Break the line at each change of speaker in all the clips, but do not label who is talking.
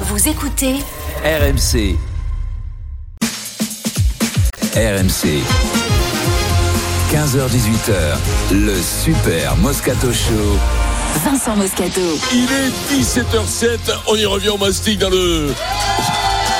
Vous écoutez
RMC. RMC. 15h18h, le Super Moscato Show.
Vincent Moscato.
Il est 17h07, on y revient au mastic dans le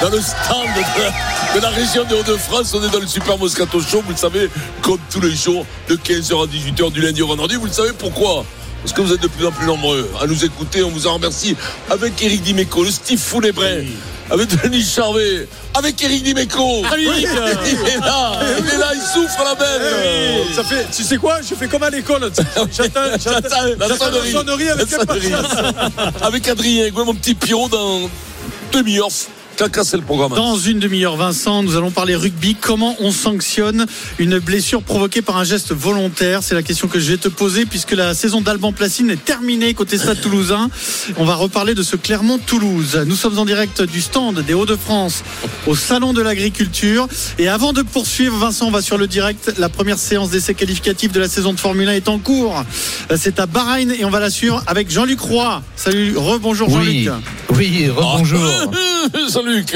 dans le stand de la, de la région des Hauts-de-France. On est dans le Super Moscato Show, vous le savez, comme tous les jours, de 15h à 18h du lundi au vendredi. Vous le savez pourquoi parce que vous êtes de plus en plus nombreux à nous écouter, on vous en remercie. Avec Eric Dimeco, le Steve Foulébrin, avec Denis Charvet, avec Eric Dimeco. il est là, il est là, il souffre la belle.
Ça fait, tu sais quoi Je fais comme à l'école. tu sais. J'attends j'attends-
J'attends la
j'attends la
sonnerie.
sonnerie avec
La
impatience.
sonnerie. Avec Adrien, ouais, mon petit Pierrot dans demi-heure. Caca, c'est le programme.
Dans une demi-heure, Vincent, nous allons parler rugby. Comment on sanctionne une blessure provoquée par un geste volontaire C'est la question que je vais te poser puisque la saison d'Alban Placine est terminée côté Stade Toulousain. On va reparler de ce Clermont-Toulouse. Nous sommes en direct du stand des Hauts-de-France au Salon de l'Agriculture. Et avant de poursuivre, Vincent, on va sur le direct. La première séance d'essais qualificatifs de la saison de Formule 1 est en cours. Euh, C'est à Bahreïn et on va la suivre avec Jean-Luc Roy. Salut, rebonjour
Oui,
Jean-Luc.
oui, rebonjour.
Salut, Luc.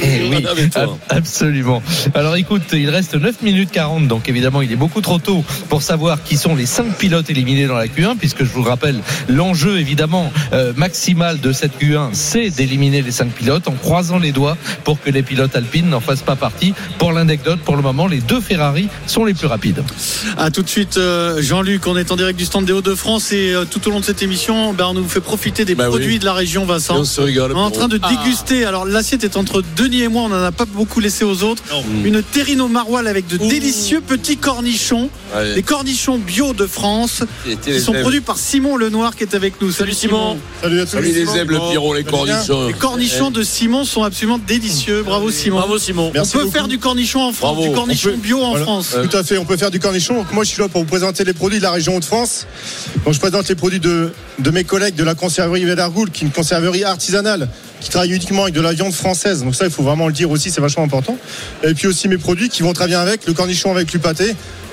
Eh oui,
On Ah, est avec toi.
ab- absolument. Alors écoute, il reste 9 minutes 40, donc évidemment il est beaucoup trop tôt pour savoir qui sont les 5 pilotes éliminés dans la Q1, puisque je vous rappelle, l'enjeu évidemment euh, maximal de cette Q1, c'est d'éliminer les 5 pilotes en croisant les doigts pour que les pilotes alpines n'en fassent pas partie. Pour l'anecdote, pour le moment, les deux Ferrari sont les plus rapides.
À tout de suite, euh, Jean-Luc. On est en direct du stand des Hauts-de-France et euh, tout au long de cette émission, ben, on nous fait profiter des
Bah oui.
produits de la région,
Et
Vincent.
on se régale.
On est en train de déguster. Alors l'assiette est entre Denis et moi. On n'en a pas beaucoup laissé aux autres.
Hmm.
Une terrine au maroilles avec de délicieux petits cornichons,
Allez.
des cornichons bio de France, qui sont produits par Simon Lenoir qui est avec nous. Salut Simon.
Salut à tous.
Salut les aibles, le Pierrot, les
Oh.
cornichons.
Les cornichons de Simon sont absolument délicieux. Bravo Simon. Bravo Simon. On
Merci
peut
beaucoup.
faire du cornichon en France,
Bravo.
du cornichon
On peut-
bio en
Voilà.
France.
Tout à fait, on peut faire du cornichon. Donc moi, je suis là pour vous présenter les produits de la région Hauts-de-France. Donc, je présente les produits de, de mes collègues de la conserverie Vélargoul, qui est une conserverie artisanale, qui travaille uniquement avec de la viande française. Donc, ça, il faut vraiment le dire aussi, c'est vachement important. Et puis aussi mes produits qui vont très bien avec, le cornichon avec le pâté,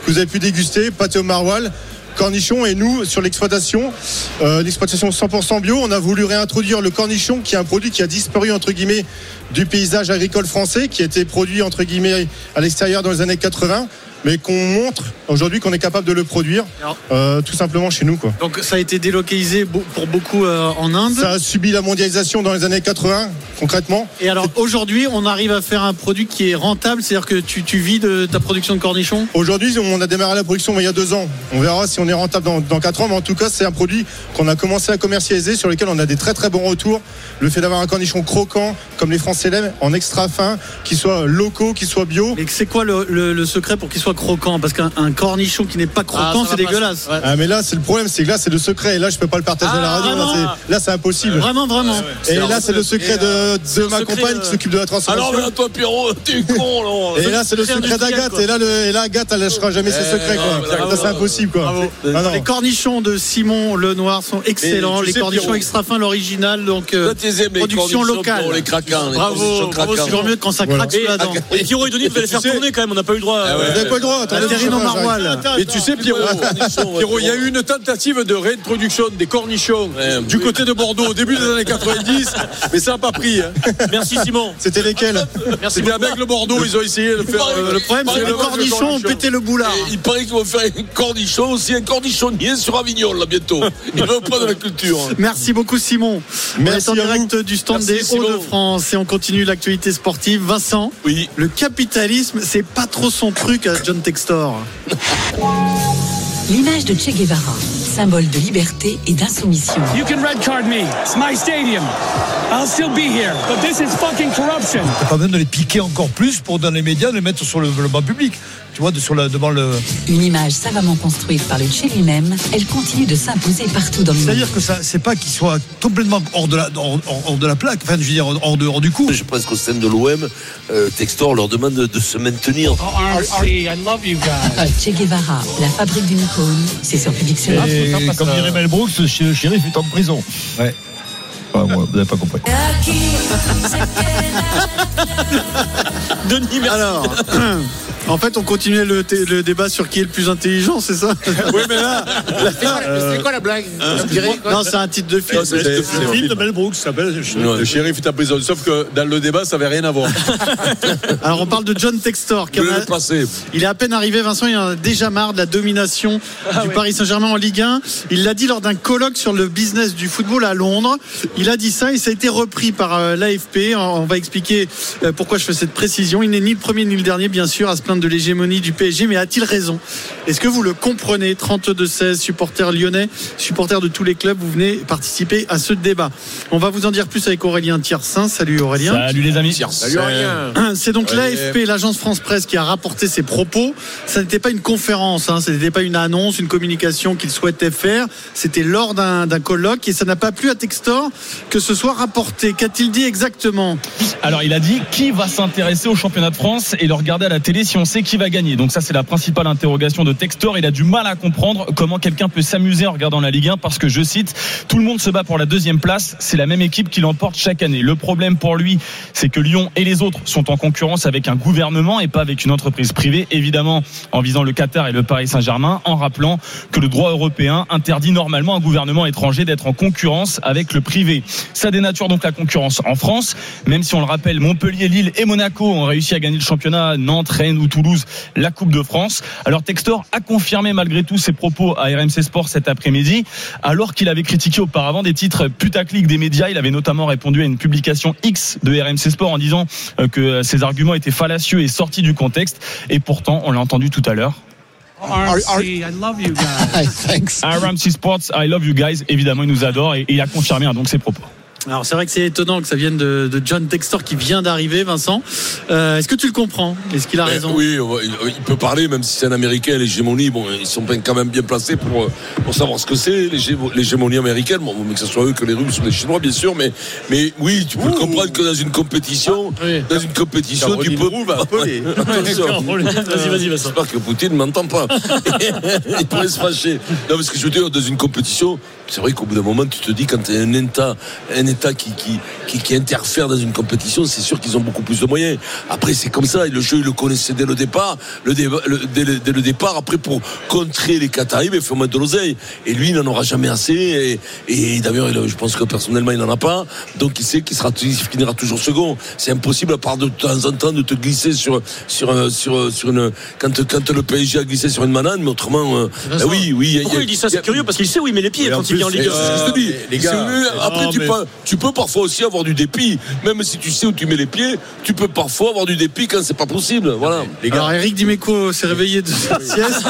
que vous avez pu déguster, pâté au maroilles. Cornichon et nous sur l'exploitation, euh, l'exploitation 100% bio, on a voulu réintroduire le cornichon qui est un produit qui a disparu entre guillemets du paysage agricole français, qui a été produit entre guillemets à l'extérieur dans les années 80, mais qu'on montre aujourd'hui qu'on est capable de le produire
Alors-
euh, tout simplement chez nous quoi.
Donc ça a été délocalisé bo- pour beaucoup euh, en Inde.
Ça a subi la mondialisation dans les années 80 concrètement.
Et alors aujourd'hui, on arrive à faire un produit qui est rentable, c'est-à-dire que tu, tu vis de ta production de cornichons
Aujourd'hui, on a démarré la production il y a deux ans. On verra si on est rentable dans, dans quatre ans, mais en tout cas, c'est un produit qu'on a commencé à commercialiser, sur lequel on a des très très bons retours. Le fait d'avoir un cornichon croquant, comme les Français l'aiment, en extra fin, qui soit locaux, qui soit bio.
Mais c'est quoi le, le- le secret pour qu'il soit croquant Parce qu'un un cornichon qui n'est pas croquant, c'est dégueulasse.
Ah, mais là, c'est le problème, c'est que là, c'est le secret. Et là, je peux pas le partager à la radio. Là, c'est- là, c'est impossible.
Vraiment, vraiment.
Et là, c'est le secret de, de ma
secret,
compagne
euh,
qui s'occupe de la
Alors,
transformation.
mais là, toi, Pierrot, t'es con, là.
Et là, c'est le
secret
secret
industriel,
d'Agathe.
quoi.
Et là, le- et là, Agathe, elle lâchera jamais ses secrets,
non,
quoi.
bravo.
Ça, c'est impossible, quoi.
Bravo.
Ah, non.
Euh, Les cornichons de Simon Lenoir sont excellents.
tu
Les
sais,
cornichons
Pierrot.
extra fins, l'original, donc euh,
Toi, t'es aimes, les
production
cornichons,
locale.
Pierrot, les craquins, les cornichons
bravo, bravo, c'est
craquins.
toujours mieux que quand ça
Voilà.
craque sous la dent.
Et Pierrot,
et Denis, vous allez
faire tourner
quand même, on n'a pas eu le droit. euh,
Ah
ouais.
Vous avez pas le droit.
La
attendez,
terrine au
j'arrive.
maroilles.
Mais tu sais, Pierrot, Pierrot, il y a eu une tentative de réintroduction des cornichons
Ouais.
du côté de Bordeaux au début des années 90, mais ça n'a pas pris. hein.
Merci Simon.
C'était lesquels
C'était avec le Bordeaux, ils ont essayé de faire. euh,
Le problème, c'est Bah que les cornichons ont pété le boulard.
Et il paraît qu'ils vont faire un cornichon aussi, un cornichonnier sur Avignon, là, bientôt. Ils veulent prendre la culture.
Merci beaucoup Simon.
Merci
on est en
à
direct du stand
Merci,
des
Simon.
Hauts-de-France et on continue l'actualité sportive. Vincent,
Oui.
le capitalisme, c'est pas trop son truc à John Textor.
L'image de Che Guevara, symbole de liberté et d'insoumission.
You can red card me. It's my stadium. I'll still be here. But this is fucking corruption.
T'as pas besoin de les piquer encore plus pour dans les médias les mettre sur le, le banc public. Tu vois, de- sur la, devant le.
Une image savamment construite par le Che lui-même, elle continue de s'imposer partout dans le monde.
C'est-à-dire que ça, c'est pas qu'il soit complètement hors de la, hors, hors- hors de la plaque. Enfin, je veux dire, hors, de- hors du coup.
Je pense qu'au sein de l'OM, euh, Textor leur demande de, de se maintenir.
RC, I love you guys.
Che Guevara, la fabrique d'une icône, c'est sur Public Sénat.
comme dirait Mel Brooks, le shérif est en prison. Ouais. Enfin, moi, vous n'avez pas compris.
Denis, merci. Alors, En fait, on continuait le, t- le débat sur qui est le plus intelligent, c'est ça
Oui, mais là,
C'est quoi, c'est quoi la blague Vous me direz quoi
Non, c'est un titre de film.
Non, c'est un titre de film.
Le film de Mel Brooks s'appelle.
Non, le shérif est à prison. Sauf que dans le débat, ça avait rien à voir.
Alors, on parle de John Textor. qui
Je
en
vais
a-
le placer.
Il est à peine arrivé, Vincent, il en a déjà marre de la domination du Paris Saint-Germain en Ligue 1. Il l'a dit lors d'un colloque sur le business du football à Londres. Il a dit ça et ça a été repris par euh, l'AFP. On on va expliquer euh, pourquoi je fais cette précision. Il n'est ni le premier ni le dernier, bien sûr, à se plaindre de l'hégémonie du PSG, mais a-t-il raison Est-ce que vous le comprenez 32-16, supporters lyonnais, supporters de tous les clubs, vous venez participer à ce débat. On va vous en dire plus avec Aurélien Tiersin. Salut Aurélien.
Salut les amis.
Salut rien.
Hein, C'est donc l'AFP, l'agence France Presse, qui a rapporté ses propos. Ça n'était pas une conférence, hein, ce n'était pas une annonce, une communication qu'il souhaitait faire. C'était lors d'un d'un colloque et ça n'a pas plu à Textor que ce soit rapporté. Qu'a-t-il dit exactement
Alors il a dit qui va s'intéresser au championnat de France et le regarder à la télé si on sait qui va gagner. Donc ça c'est la principale interrogation de Textor. Il a du mal à comprendre comment quelqu'un peut s'amuser en regardant la Ligue 1 parce que je cite tout le monde se bat pour la deuxième place. C'est la même équipe qui l'emporte chaque année. Le problème pour lui c'est que Lyon et les autres sont en concurrence avec un gouvernement et pas avec une entreprise privée. Évidemment en visant le Qatar et le Paris Saint-Germain en rappelant que le droit européen interdit normalement un gouvernement étranger d'être en concurrence avec le privé. Ça dénature donc la concurrence en France, même si on le rappelle, Montpellier, Lille et Monaco ont réussi à gagner le championnat, Nantes, Rennes ou Toulouse, la Coupe de France. Alors Textor a confirmé malgré tout ses propos à RMC Sport cet après-midi, alors qu'il avait critiqué auparavant des titres putaclic des médias. Il avait notamment répondu à une publication X de RMC Sport en disant euh, que ses arguments étaient fallacieux et sortis du contexte. Et pourtant, on l'a entendu tout à l'heure.
RMC, I love you guys.
Thanks.
RMC Sports, I love you guys. Évidemment, il nous adore et et il a confirmé hein, donc ses propos.
Alors c'est vrai que c'est étonnant que ça vienne de, de John Textor qui vient d'arriver, Vincent. Euh, Est-ce que tu le comprends Est-ce qu'il a
Eh
raison
oui, on va- il il peut parler, même si c'est un américain, l'hégémonie, bon, ils sont bien- quand même bien placés pour, euh, pour savoir ce que c'est, l'hégé- l'hégémonie américaine, bon, mais que ce soit eux que les Russes ou les Chinois, bien sûr, mais, mais oui, tu peux le comprendre que dans une compétition,
oui.
dans une compétition, tu peux. Attention.
Vas-y, vas-y, Vincent.
J'espère que Poutine ne m'entend pas. il pourrait se fâcher. Non, parce que je veux dire, dans une compétition, c'est vrai qu'au bout d'un moment, tu te dis, quand il y a un État, un État qui, qui, qui, qui interfère dans une compétition, c'est sûr qu'ils ont beaucoup plus de moyens. Après, c'est comme ça. Et le jeu, ils le connaissaient dès le départ. Le déba- le- dès, le, dès le départ, après, pour contrer les Qataris, mais il faut mettre de l'oseille. Et lui, il n'en aura jamais assez. Et, et d'ailleurs, il- je pense que personnellement, il n'en a pas. Donc, il sait qu'il sera, il finira toujours second. C'est impossible, à part de temps en temps, de te glisser sur, sur, un- sur, sur une, quand, quand le PSG a glissé sur une manane, mais autrement, euh, bah oui, oui. il y a-
Pourquoi
il y a-
il dit ça
il y
C'est
a-
curieux parce qu'il sait où il met les euh, pieds
et en
quand il
plus,
vient
euh,
en Ligue
c'est ce que je te dis.
les gars,
C'est nul.
c'est-
après,
non,
tu,
mais-
peux, tu peux parfois aussi avoir du dépit. Même si tu sais où tu mets les pieds, tu peux parfois avoir du dépit quand c'est pas possible. Voilà.
Les
Alors Eric Dimeco s'est réveillé de sa sieste.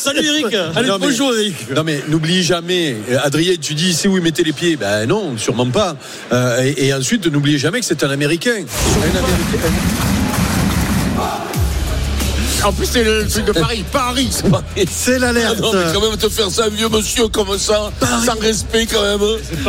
Salut Eric
Allez,
Non, mais-
bonjour Eric.
Non mais n'oublie jamais, euh, Adrien, tu dis c'est où il mettait les pieds Ben non, sûrement pas. Euh, et, et ensuite, n'oubliez jamais que c'est un Américain. Un Américain.
En plus, c'est le truc de Paris. Paris, c'est pas-
C'est
Ah
l'alerte.
non, mais quand même, te faire ça, un vieux monsieur comme ça, sans respect quand même.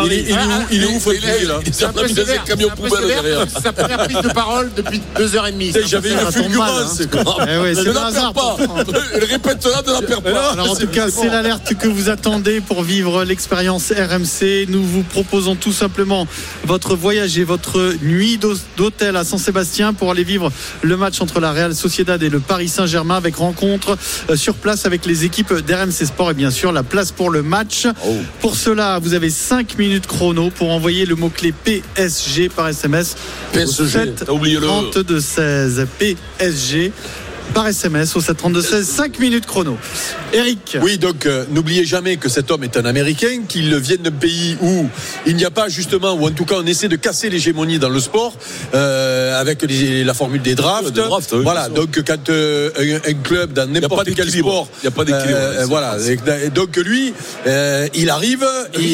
Il est, il est
Ah,
où, il est où, faut le
C'est-
dire, là
C'est un
Il a
peu
mis dans un
sévère.
camion
C'est un peu
poubelle
sévère,
derrière.
C'est sa première prise de parole depuis deux heures et demie. C'est un peu
J'avais
sévère.
une
Ça tombe mal, hein.
fulgurance. quoi.
Eh ouais, c'est
Ne la
pas un
perds
hasard,
pas.
pourtant.
Répète-la, ne la perds pas.
Alors en tout cas, c'est l'alerte que vous attendez pour vivre l'expérience RMC. Nous vous proposons tout simplement votre voyage et votre nuit d'hô- d'hôtel à Saint-Sébastien pour aller vivre le match entre la Real Sociedad et le Paris Saint-Germain avec rencontre euh, sur place avec les équipes d'RMC Sport et bien sûr la place pour le match.
Oh.
Pour cela, vous avez 5 minutes chrono pour envoyer le mot-clé PSG par SMS. au
PSG,
7
t'as oublié le E.
32 16 PSG par SMS au 732 16 5 minutes chrono. Eric,
Oui, donc euh, n'oubliez jamais que cet homme est un Américain, qu'il vient d'un pays où il n'y a pas justement, ou en tout cas on essaie de casser l'hégémonie dans le sport euh, avec les- la formule des drafts.
Ouais, des drafts, oui,
voilà,
bien sûr.
donc quand euh, un, un club dans
pas
n'importe quel
d'équilibre.
sport, euh,
Il y a pas d'équilibre, ouais, c'est
voilà,
vrai.
Et- et donc lui, euh, il arrive.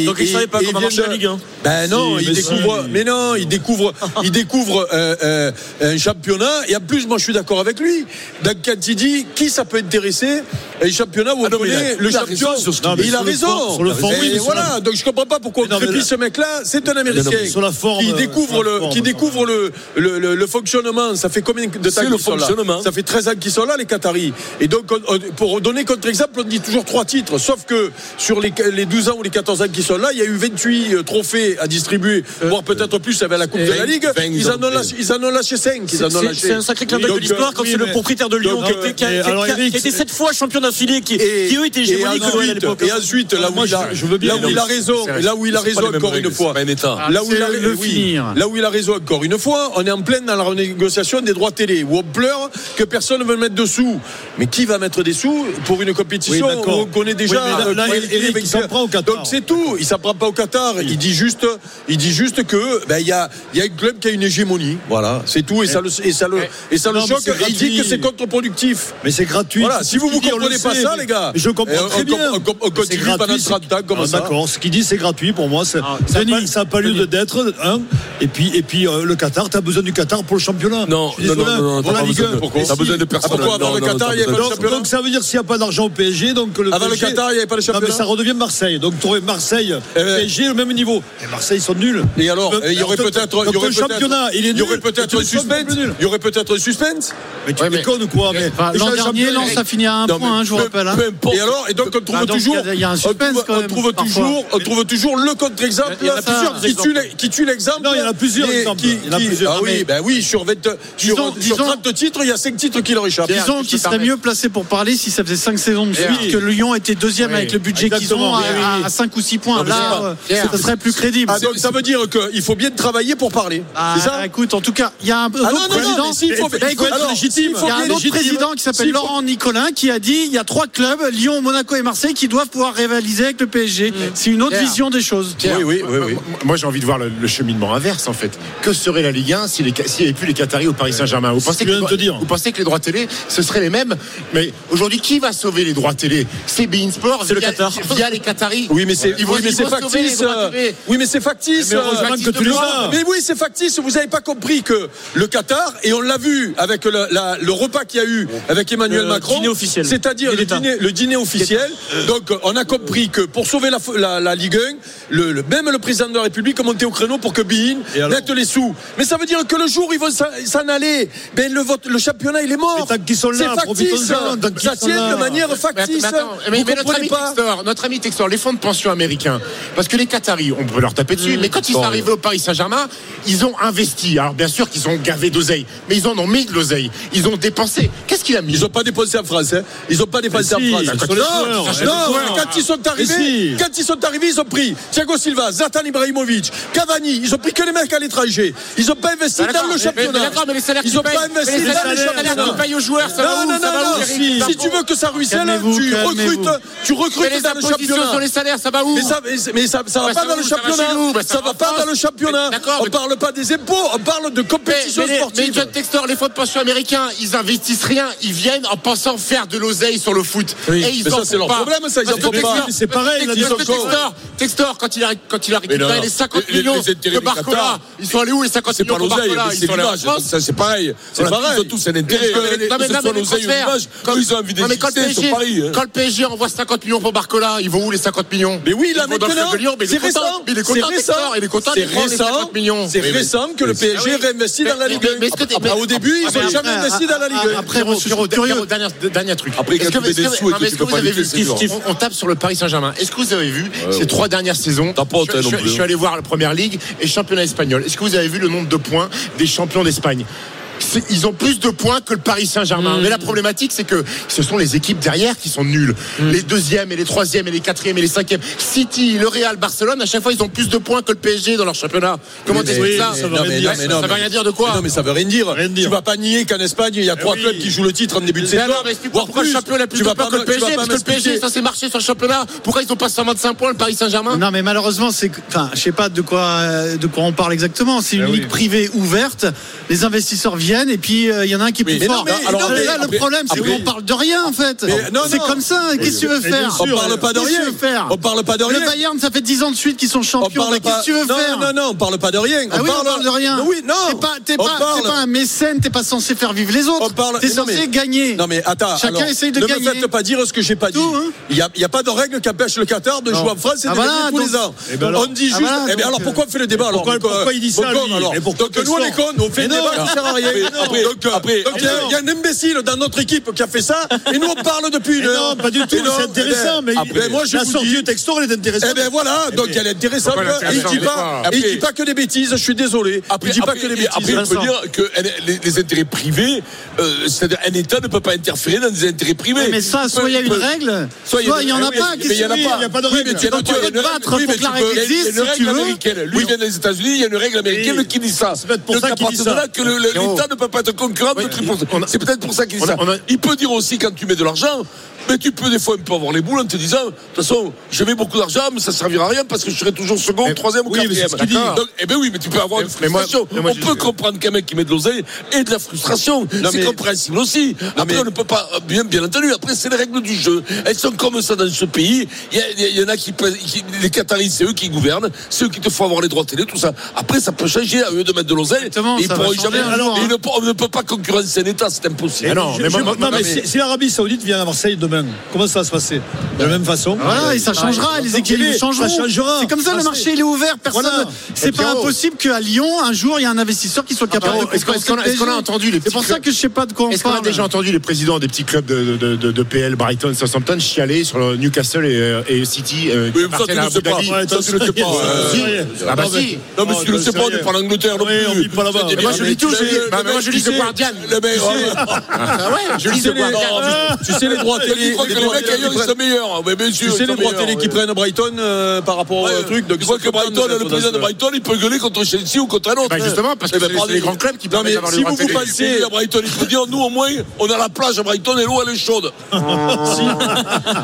donc il savait pas
et
comment
vient
marchait
de-
la Ligue 1.
Ben non,
Si,
il
mais
découvre.
si.
Mais non, il découvre. il découvre euh, euh, un championnat. Et en plus, moi, je suis d'accord avec lui. Donc quand il dit qui ça peut intéresser, un championnat où on
Ah non, mais il a-
connaît le
il a
champion.
raison sur ce qu'il
Non, mais
dit.
il a
Sur le
raison.
fond- sur le fond,
Et
oui, mais sur
voilà. Donc je comprends pas pourquoi on crépit ce mec-là. C'est un Américain.
Mais non, mais
Sur la forme.
euh,
Qui découvre le, qui découvre le, le, le- le fonctionnement. Ça fait combien de temps
C'est le
qu'ils sont là
fonctionnement.
Ça fait 13 ans qu'ils sont là, les Qataris. Et donc, on- on- pour donner contre-exemple, on dit toujours trois titres. Sauf que sur les, les 12 ans ou les 14 ans qui sont là, il y a eu 28 euh, trophées à distribuer,
Euh,
voire peut-être plus avec la Coupe de la Ligue.
20,
Ils en ont
donc,
lâché, ils en ont lâché 5.
C'est- c'est- C'est un sacré clin d'œil de l'histoire quand c'est le propriétaire de de Lyon
Donc, euh,
qui était- qui a-
et
qui a-
alors,
qui a-
Eric,
qui a été sept fois champion d'affilée, qui,
Et-
qui, eux étaient
et
hégémoniques
ensuite-
au Real à l'époque. hein.
Et ensuite, là où il a,
je veux bien,
là où
mais
il
non,
a raison,
c'est vrai.
là où il a
C'est pas
raison
les mêmes
encore une
règles,
fois,
c'est pas un État.
là où il a,
C'est le
Euh, oui,
finir.
là où il a raison encore une fois, on est en pleine dans la renégociation des droits télé où on pleure que personne ne veut mettre de sous. Mais qui va mettre des sous pour une compétition
Oui, d'accord.
où on connaît déjà
Oui, mais là,
euh,
là,
qui est
Eric, il
vainqueur.
s'en prend au Qatar.
Donc c'est tout, il s'en prend pas au Qatar. Il dit juste, il dit juste que ben il y a, il y a un club qui a une hégémonie, voilà, c'est tout et ça le et ça le et ça le
Non, mais
choque.
c'est
Et il dit
gratuit.
que c'est contre-productif.
Mais c'est gratuit.
Voilà,
c'est
si
tout
vous
ce
vous
qu'il dit, on le
comprenez pas
sait,
ça,
mais-
les gars.
Je comprends
et on-
très
on-
bien.
on- on- on
C'est
continue
gratuit,
pendant
c'est-
30 ans comme
Ah,
ça.
D'accord, ce qu'il dit, c'est gratuit pour moi. Ça ça a pas- ça n'a pas, lieu de- d'être. hein. Et puis, et puis euh, le Qatar, tu as besoin du Qatar pour le championnat.
Non,
Je suis
non,
désolé,
non, non, non,
pour
t'as
la
pas
Ligue
besoin de
1.
pourquoi
Et
T'as
si-
besoin de personne.
Ah, pourquoi
Non,
avant le
non, non,
Qatar,
t'as
il n'y avait pas
besoin
de
de
championnat
personne.
Donc ça veut dire s'il n'y a pas d'argent au PSG, donc le
Avant le
PSG
Qatar, il n'y avait pas
Non,
de
mais
championnat Eh
ça redevient Marseille. Donc tu aurais Marseille, PSG au même niveau. Et Marseille, ils sont nuls.
Et alors, il y aurait
Donc,
peut-être,
donc,
il y aurait
le
peut-être-
championnat, il est
il y aurait
nul, et tu
peut-être
le
un
sors
suspense,
plus nul.
il y aurait peut-être un suspense.
Mais bah, tu déconnes ou quoi mais-
Enfin,
déjà,
L'an
le
dernier,
championnat-
Lens a fini à un
Non, mais
point, hein, je vous
peu-
rappelle. hein.
peu importe.
Et alors, et donc on
Ah,
trouve
donc,
toujours,
il y a- il y a un suspense
on trouve,
quand
on
même,
trouve
parfois.
toujours, on trouve toujours le contre-exemple
Il y en a plusieurs
qui tue,
exemples.
l'e- qui tue l'exemple.
Non, il y en a plusieurs
et
exemples.
qui-
Il y en a
qui-
plusieurs.
Ah
Non, mais-
oui, ben oui, sur 20, sur,
Disons-
sur
disons-
30 titres, il y a 5 titres qui leur échappent.
Disons qu'ils seraient mieux placés pour parler si ça faisait 5 saisons de suite
Pierre.
que Lyon était deuxième
Oui.
avec le budget qu'ils ont
Exactement. Oui,
à,
oui.
5 ou 6 points.
Non, mais c'est
Là,
pas-
euh,
Pierre.
ça serait plus crédible.
Ah, donc ça veut dire qu'il faut bien travailler pour parler.
Ah,
c'est ça Ah
écoute, en tout cas, il y a un
non, non,
autre
non,
président.
mais s'il faut-
Là, écoute,
alors,
il
s'il faut
y a un
bien
autre
légitime,
président qui s'appelle
s'il faut-
Laurent Nicolin qui a dit il y a trois clubs, Lyon, Monaco et Marseille, qui doivent pouvoir rivaliser avec le PSG.
Mm.
C'est une autre
Pierre.
vision des choses.
Moi, Moi, j'ai envie de voir le, le cheminement inverse, en fait. Que serait la Ligue 1 s'il n'y avait plus les Qataris au Paris Saint-Germain vous pensez, que les droits- vous pensez que les droits télé, ce seraient les mêmes Mais aujourd'hui, qui va sauver les droits télé C'est Bein Sport
C'est le
via,
Qatar.
via les Qataris.
Oui, mais c'est
Ils vont-
oui, mais
ils
c'est
vont sauver les
factice.
droits
euh,
télé.
Oui, mais c'est factice.
Mais heureusement
euh,
que tu les as.
Mais oui, c'est factice. Vous n'avez pas compris que le Qatar, et on l'a vu avec le, la- le repas qu'il y a eu avec Emmanuel
Le
Macron,
dîner officiel.
c'est-à-dire
Et
le
l'État.
dîner, le dîner officiel. Donc, on a compris que pour sauver la, la- la Ligue 1, le, le- même le président de la République a monté au créneau pour que Bein mette les sous. Mais ça veut dire que le jour où ils vont s'en- s'en aller, ben le, vote, le championnat, il est mort.
Mais tant qu'ils sont là,
C'est factice.
profitons-en, tant qu'ils
Ça
sont
tient
là.
de manière
Mais-
factice.
Mais, attends, mais-
Vous
mais notre,
comprenez
ami
pas
Textor, notre ami Textor, les fonds de pension américains, parce que les Qataris, on peut leur taper
Mmh,
dessus, mais quand ils sont arrivés au Paris Saint-Germain, ils ont investi. Alors bien sûr qu'ils ont gavé d'oseille, mais ils en ont mis de l'oseille. Ils ont dépensé. Qu'est-ce qu'il a mis
Ils n'ont pas dépensé en France. Hein. Ils n'ont pas dépensé
Mais si,
en France.
ils sont
non,
les joueurs, ils sont les
non,
joueurs.
quand ils sont arrivés,
Mais si.
quand ils sont arrivés, ils ont pris Thiago Silva, Zlatan Ibrahimovic, Cavani. Ils ont pris que les mecs à l'étranger. Ils n'ont pas investi
Ah, d'accord,
dans le
mais- mais
championnat.
d'accord, mais les salaires
Ils
qu'ils
n'ont pas
payent, mais
investi
les
dans le
salaires- les salaires
championnat.
qu'ils payent aux joueurs, ça
non,
va où,
non,
ça
non,
va où,
non.
Eric,
Si,
les
si tu
impôts
veux que ça ruisselle,
Calmez-vous,
tu
calmez-vous.
recrutes, tu
Mais
recrutes
les
dans le
impositions
championnat.
sur les salaires, ça va où
Mais ça, mais ça, ça va
Bah,
pas
ça
dans
va
le
où, ça va
championnat.
chez nous, bah, ça
ça
va
va
en
pas
France.
dans le championnat.
Mais d'accord,
On
mais-
parle pas des impôts, on parle de compétition
mais, les- mais
sportive.
John Textor, les fonds de pension américains, ils investissent rien. Ils viennent en pensant faire de l'oseille sur le foot.
Oui,
et ils
mais
en
ça,
font
c'est leur
pas.
problème, ça, ils
Parce
en
que
font pas.
Textor-
C'est pareil, là,
parce que
ils en font.
Textor, Textor, quand il a, quand il a récupéré
non,
les 50
les- les
millions
intérêts
de
du Qatar,
Barcola, ils sont allés où les 50
C'est
millions
pas
de
l'oseille,
Barcola
mais
Ils
c'est
sont allés en
l'image.
France.
Ça, c'est pareil.
C'est
C'est pareil. Ils ont
pareil. euh,
tous un
Non,
intérêt.
mais- non, mais-
Que ce
non,
soit
mais les
l'oseille ou
transferts.
l'image,
Quand-
eux, ils ont envie
Non, mais quand le
d'exister sur
PSG
Paris. hein.
quand le PSG envoie 50 millions pour Barcola, ils vont où les 50 millions
Mais oui,
Ils
là
vont dans le
maintenant,
club de Lyon, mais il
c'est
est content.
récent.
Mais il est
C'est
content,
récent.
Textor, il est content,
C'est
il prend les
récent.
50 millions.
C'est
Oui, oui.
récent que le
Mais-
PSG
Ah oui.
réinvestit dans la
Mais-
Ligue 1.
mais- mais est-ce que t'es-
Après,
mais-
au début, ils
Ah, mais
n'ont jamais
après,
investi dans la Ligue 1.
Après, moi, je suis
Pierrot,
curieux.
Pierrot, dernier, dernier truc.
Après, quand
Est-ce
tu
que-
fais
est-ce
des
que-
sous et
non,
que
mais
tu
est-ce
peux
que
pas
vous avez
lutter,
vu
c'est
kiff,
dur.
kiff. on, on tape sur le Paris Saint-Germain. Est-ce que vous avez vu ces trois dernières saisons
T'as pas honte,
je,
non
je-
plus.
je suis allé voir la première ligue et championnat espagnol. Est-ce que vous avez vu le nombre de points des champions d'Espagne C'est- ils ont plus de points que le Paris Saint-Germain. Mais la problématique, c'est que ce sont les équipes derrière qui sont nulles. Les deuxièmes et les troisièmes et les quatrièmes et les cinquièmes. City, le Real, Barcelone, à chaque fois, ils ont plus de points que le PSG dans leur championnat. Comment
Mais-
t'expliques
mais-
ça
mais- non, mais- non, mais- non,
Ça veut
mais-
rien dire de quoi
mais Non, mais ça veut rien dire. Tu vas pas nier qu'en Espagne, il y a trois
oui.
clubs qui jouent le titre en début de
Eh Mais
saison.
alors, mais explique
voire
pourquoi le
plus.
championnat a plus
Tu
de
vas
points que
pas
le
me- tu vas
PSG
pas
Parce que le PSG
m'expliquer.
est censé marcher sur le championnat. Pourquoi ils ont pas 125 points, le Paris
Hein
Saint-Germain
Non, mais malheureusement, c'est que- enfin, je sais pas de quoi, euh, de quoi on parle exactement. C'est une
Eh oui.
ligue privée ouverte. Les investisseurs viennent et puis euh, il y en a un qui est
Oui, mais
plus
non,
fort.
mais-
Là,
alors,
là,
mais-
le
après-
problème, c'est
après-
qu'on parle de rien en fait.
Mais non,
C'est
non.
comme ça. hein, Qu'est-ce que tu veux faire
On parle pas de
Qu'est-ce que tu
rien.
veux faire
On parle pas de rien.
Le Bayern, ça fait 10 ans de suite qu'ils sont
On
champions.
parle
Mais Qu'est-ce
pas.
que tu veux
non,
faire
non, non, on parle pas de rien.
Ah oui, on parle de rien.
Non, oui, non.
T'es pas, t'es
On
pas,
parle-
t'es pas un mécène, t'es pas censé faire vivre les autres.
On parle-
T'es
mais non,
censé
mais-
gagner.
Non mais attends,
Chacun
alors,
essaye de
ne
gagner.
me faites pas dire ce que j'ai pas dit.
Tout, hein.
Il n'y a, il y a pas de règle qui empêche le Qatar de
Non.
jouer en France et
Ah
de
voilà,
gagner tous les
donc-
ans.
Eh ben alors-
on dit
Ah
juste.
voilà,
eh bien
donc,
alors pourquoi on fait le débat alors
Pourquoi-
Donc, euh,
pourquoi il dit ça,
donc,
lui
alors,
Et pourquoi
Donc nous on est
Textor
cons, on
Mais
fait le débat,
non.
ça sert à rien. après, après,
donc, euh,
après,
donc, il y a- il y, a un imbécile dans notre équipe qui a fait ça et nous on parle depuis une
Mais non,
heure.
pas du tout,
Et non,
c'est
eh ben,
intéressant, mais il-
après, moi, je
la
vous
sortie
dis-
du texto, elle est intéressante.
Eh ben voilà,
Eh
donc
bien,
elle est intéressante.
pourquoi elle est
Et il dit
intéressante
pas,
Après-
et il dit pas que des bêtises. Je suis désolé.
Après,
il dit pas
après,
que des
mais
bêtises.
après, on peut
Vincent.
dire que elle- les, les intérêts privés, euh, c'est-à-dire un État ne peut pas interférer dans des intérêts privés.
Ouais, mais ça, soit il y a une
Peut-
règle,
soit
soit il y en a
oui,
pas,
mais
qu'est-ce
Il y en a
que tu veux, il y a pas de
Oui, mais
règle.
tu-
Donc,
tu-
tu peux
il y a
te
une-
battre
oui,
pour
mais
que la
tu
règle
peux- il y a
existe,
une
si
règle
tu veux.
américaine. Lui vient des États-Unis, il y a une règle américaine qui dit ça.
C'est peut-être pour
Donc,
ça
à
qu'il dit
partir de
ça.
là que le- le-
Pierrot.
l'État ne peut pas être concurrent de
Oui,
triple
on a-
C'est peut-être pour ça qu'il dit
on a-
ça.
on a-
Il peut dire aussi quand tu mets de l'argent, mais tu peux des fois un peu avoir les boules en te disant, de toute façon, je mets beaucoup d'argent, mais ça ne servira à rien parce que je serai toujours second, troisième ou
oui, mais c'est
quatrième.
ce qu'il dit.
Donc, Eh ben oui, mais tu peux avoir une
Mais moi-
frustration.
mais moi,
On
je-
peut comprendre qu'un mec qui met de l'oseille et de la frustration. C'est compréhensible aussi. Après, on ne peut pas, euh, bien, bien entendu, après, c'est les règles du jeu. Elles sont comme ça dans ce pays. Il y, a- il y a- il y en a qui, pe- qui- les Qataris, c'est eux qui gouvernent, c'est eux qui te font avoir les droits télé, tout ça. Après, ça peut changer à eux de mettre de l'oseille.
Exactement,
Et Ils
ça va
pourront
changer
jamais,
un jour,
et
hein.
ils ne pour- on ne peut pas concurrencer un État, c'est impossible.
Et je- je- non, mais si, si l'Arabie Saoudite vient à Marseille demain, comment ça va se passer De la même façon
Voilà, et ça changera, les équilibres
Ça
changeront.
changera.
C'est comme ça, le
Marseille.
marché, il est ouvert. Personne.
Voilà.
C'est
Et
pas
Pierrot.
impossible qu'à Lyon, un jour, il y ait un investisseur qui soit capable de.
Apparemment, Est-ce qu'on est-ce qu'on a, est-ce qu'on a
PSG.
entendu les
C'est pour
petits
ça
clubs-
que je sais pas de quoi on
Est-ce qu'on a
parle.
déjà entendu les présidents des petits clubs de, de- de- de PL, Brighton, Southampton chialer sur le Newcastle et, euh, et City euh, qui
Oui, mais ça, tu
appartiennent à
ne sais
Abu
pas.
Dhabi
Ça, tu ne sais pas. euh,
Si.
euh,
Ah bah
non, mais-
si.
Non, mais si tu ne
Oh,
sais pas, on n'est
sérieux.
pas en Angleterre non
Oui, on
plus.
vit pas là-bas.
C'est des
Moi, je lis tout,
mecs-
je lis-
le
bah,
mec
moi, je lis
qui
le
sait-
Guardian.
Le mec,
Tu sais-
ouais.
Ah ouais, je lis
Tu sais,
le
les,
Guardian.
non, mais tu sais les droits
Tu
télé.
crois que les mecs ailleurs, ils sont meilleurs. Mais bien
Tu
sûr,
sais
ils
les
sont
droits
meilleurs,
télé
ouais.
qui prennent Brighton euh, par rapport au truc. donc
Tu crois
ils
que
sont contents
Brighton,
de
le président de
cette-
Brighton, il peut gueuler contre Chelsea ou contre un autre.
Bah, justement, parce que
Eh ben,
c'est-
pardon.
c'est les grands clubs qui
Non,
permettent
mais
d'avoir le
si
droit
vous vous
télé.
pensez à Brighton, il faut dire nous au moins, on a la plage à Brighton et l'eau elle est chaude.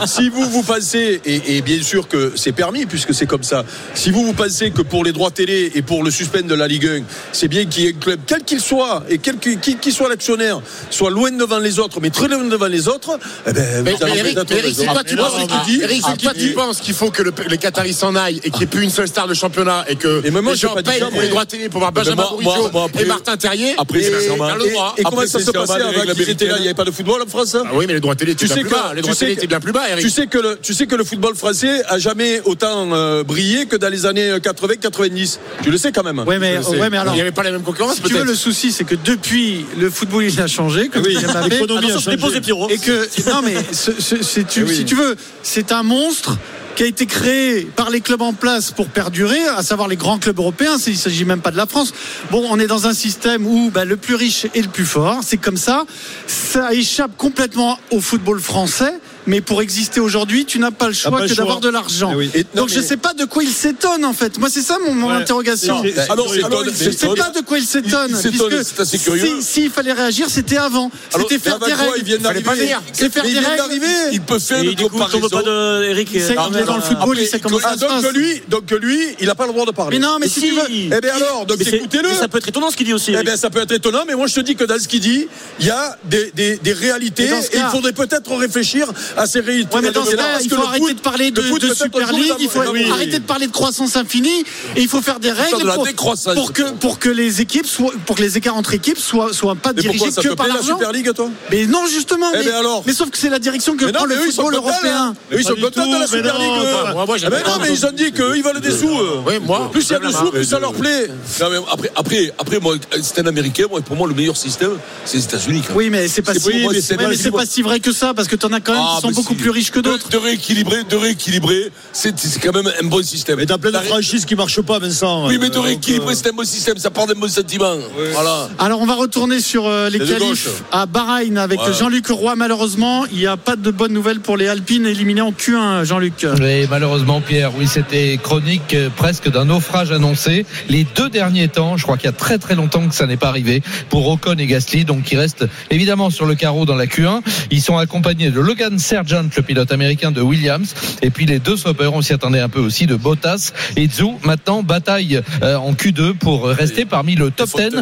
si vous vous pensez, et, et bien sûr que c'est permis puisque c'est comme ça, si vous vous pensez que pour les droits télé et pour le suspens de la Ligue 1, c'est bien qu'il y ait un club, quel qu'il soit, et quel que- qui, qui soit l'actionnaire, soit loin devant les autres, mais très loin devant les autres, eh ben,
Mais,
vous avez
mais Eric,
peut-être
mais Eric,
raison.
si toi tu
Moi,
penses,
ce qu'il
ah,
dit,
Eric, si
ah,
toi,
qu'il
tu
dit-
penses qu'il faut que le- les Qataris s'en aillent et qu'il n'y ait plus une seule star de championnat et que
Et même moi,
les
j'ai
gens
pas dit
payent
ça,
pour
moi.
les droits télé pour voir
Mais
Benjamin
moi- moi-
Bourigeaud
moi, après-
et Martin Terrier
Après,
et,
c'est normal.
Carlo Roy.
Et- et comment
Après,
ça
c'est
se passait
normal, les
avant
règles
qu'ils étaient là Il n'y avait pas de football en France hein
Ah oui, mais les droits télé étaient
tu
bien
sais
plus
que,
bas. Les
tu
droits
sais
télé
que-
étaient bien plus bas, Eric.
Tu sais que le, tu sais que le football français a jamais autant euh, brillé que dans les années 80-90. Tu le sais quand même. hein.
Ouais, mais,
Je le sais.
ouais, mais alors.
Il n'y avait pas la même concurrence,
Si tu veux,
peut-être.
le souci, c'est que depuis le football, il a changé. Comme
Ah Oui,
disait Mbappé.
l'économie a
Attention,
changé.
dépose les pyros. Et que, non, mais ce- ce- c'est-
Ah
tu- si tu veux, c'est un monstre qui a été créé par les clubs en place pour perdurer, à savoir les grands clubs européens. c'est- Il s'agit même pas de la France. Bon, on est dans un système où bah, le plus riche est le plus fort. C'est comme ça. Ça échappe complètement au football français. Mais pour exister aujourd'hui, tu n'as pas le choix
Ah, pas le
que
choix.
d'avoir de l'argent.
Eh oui.
Et- non,
Donc je
mais-
sais pas de quoi il s'étonne en fait. Moi c'est ça mon, mon
Ouais.
interrogation.
C'est- c'est-
Alors,
c'est-
alors,
Je
il
ne sais
s'étonne.
pas de quoi il s'étonne.
Il s'étonne,
puisque
c'est assez curieux.
si- S'il fallait réagir, c'était avant.
Alors,
C'était faire des
Lavagua, il vient
règles.
d'arriver.
Fallait pas dire. C'est faire
Mais il
des
vient
règles.
d'arriver.
Il peut faire
Et
une
du coup, tombe pas
comparaison.
de Eric.
Il sait
Ah,
qu'il est dans le football, il sait comment
Ah,
ça se
donc
passe.
lui, donc lui, il n'a pas le droit de parler.
Mais non, mais
Mais
si
si.
tu veux.
Eh bien alors, donc
Mais c'est-
écoutez-le.
mais Ça peut être étonnant ce qu'il dit aussi.
Eh
Eric.
bien, ça peut être étonnant, mais moi je te dis que dans ce qu'il dit, il y a des, des, des réalités
Mais dans ce
et il
cas-
faudrait peut-être réfléchir à ces réalités.
Ouais, mais dans ce
Parce
cas, il
que
faut
le
arrêter
foot-
de parler de,
le foot
de
peut-être
Super
un jour
League, il faut
d'avoir- Oui.
arrêter de parler de croissance infinie et il faut faire des règles
de la
pour,
décroissance.
pour que, pour que les équipes soient, pour que les écarts entre équipes soient, soient pas
Mais
dirigés
pourquoi ça
que
te
par
plaît la
l'argent.
Super League, toi
Mais non, justement.
Eh
mais,
ben alors
mais sauf que c'est la direction que prend le
eux, ils sont
football
contents,
européen.
hein. Eux, ils sont
du
contents
tout,
de la euh,
mais
Super
non,
League.
enfin, moi, moi,
eux.
j'avais
Mais Ah ben non, mais ils ont dit qu'eux, ils veulent des sous. eux.
Oui, moi.
Plus il y a de sous, plus ça leur plaît.
Non, mais après, après, après, moi, c'est un américain, moi, pour moi, le meilleur système, c'est les États-Unis. quand même.
Oui, mais c'est pas,
C'est
si,
pour moi,
ouais,
c'est
mais
pas-
c'est pas si vrai que ça, parce que t'en as quand même
Ah,
qui sont
mais
beaucoup
si.
plus riches que
De-
d'autres.
De, rééquilibrer, de rééquilibrer, c'est c'est quand même un bon système.
Mais t'as plein de
La ré-
franchises qui marchent pas, Vincent.
Oui, mais de
Euh,
rééquilibrer, c'est un bon système, ça part d'un bon sentiment. Voilà.
Alors on va retourner sur euh, les
Les deux
qualifs
gauches.
à Bahreïn avec
Ouais.
Jean-Luc Roy. Malheureusement, il n'y a pas de bonnes nouvelles pour les Alpines éliminés en Q1, Jean-Luc.
Oui, malheureusement, Pierre, oui, c'était chronique euh, presque d'un naufrage annoncé. Les deux derniers temps, je crois qu'il y a très très longtemps que ça n'est pas arrivé pour Ocon et Gasly, donc qui restent évidemment sur le carreau dans la Q1. Ils sont accompagnés de Logan Sergent, le pilote américain de Williams, et puis les deux swappers, on s'y attendait un peu aussi, de Bottas et Zhou. Maintenant, bataille euh, en Q2 pour rester parmi le top 10.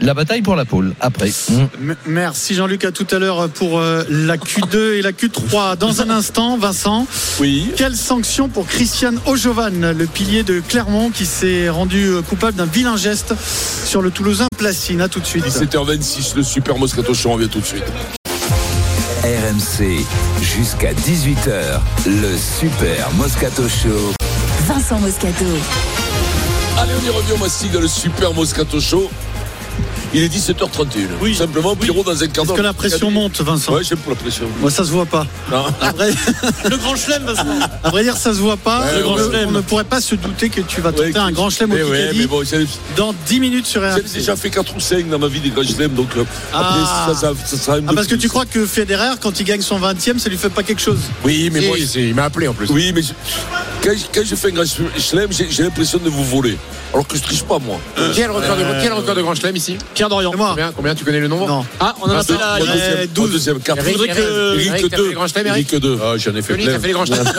La bataille pour la pole, après. Mm.
M- Merci Jean-Luc, à tout à l'heure pour euh, la Q2 et la Q3. Dans un instant, Vincent,
Oui.
quelle sanction pour Christian Ojovan, le pilier de Clermont qui s'est rendu euh, coupable d'un vilain geste sur le Toulousain Placine À tout de suite.
17h26, le Super Moscato Show, on revient tout de suite.
RMC, jusqu'à 18h, le Super Moscato Show.
Vincent Moscato.
Allez, on y revient au Mastic dans le Super Moscato Show. Il est 17h31. Oui. Simplement, Pierrot, dans un quart
Est-ce
d'heure.
que la pression monte, Vincent
Ouais, j'ai pour la pression.
Moi, ça se voit pas.
Non.
Ah.
Après,
Le grand chelem,
à vrai dire, ça se voit pas.
Ouais,
on,
le grand
ne-
chelem.
on ne pourrait pas se douter que tu vas tenter un grand chelem au
Eh ouais,
Kikadi
mais bon, c'est-
dans 10 minutes sur
J'ai
RMC.
déjà fait 4 ou 5 dans ma vie des grands chelems, donc euh,
Ah.
après, ça, ça, ça sera un
Ah,
peu
parce que
plus.
tu crois que Federer, quand il gagne son 20e, ça lui fait pas quelque chose
Oui, mais
Si,
moi.
si, il m'a appelé en plus.
Oui, mais je- quand, je- quand je fais un grand chelem, j'ai j'ai l'impression de vous voler. Alors que je triche pas, moi.
Quel record
Euh,
de, quel record de grand chelem ici
ah.
Pierre Dorian. Moi,
combien, combien tu connais le nombre
non.
Ah, on en a
Ah,
fait
deux-
la.
moi,
la-
deuxième, moi, deuxième, quatre.
Eric,
Faudrait que-
Eric,
Eric
Eric, t'as fait les
deux.
grands chelems, Eric
Eric deux.
Ah, j'en ai fait
Denis,
plein.
t'as fait les grands chelems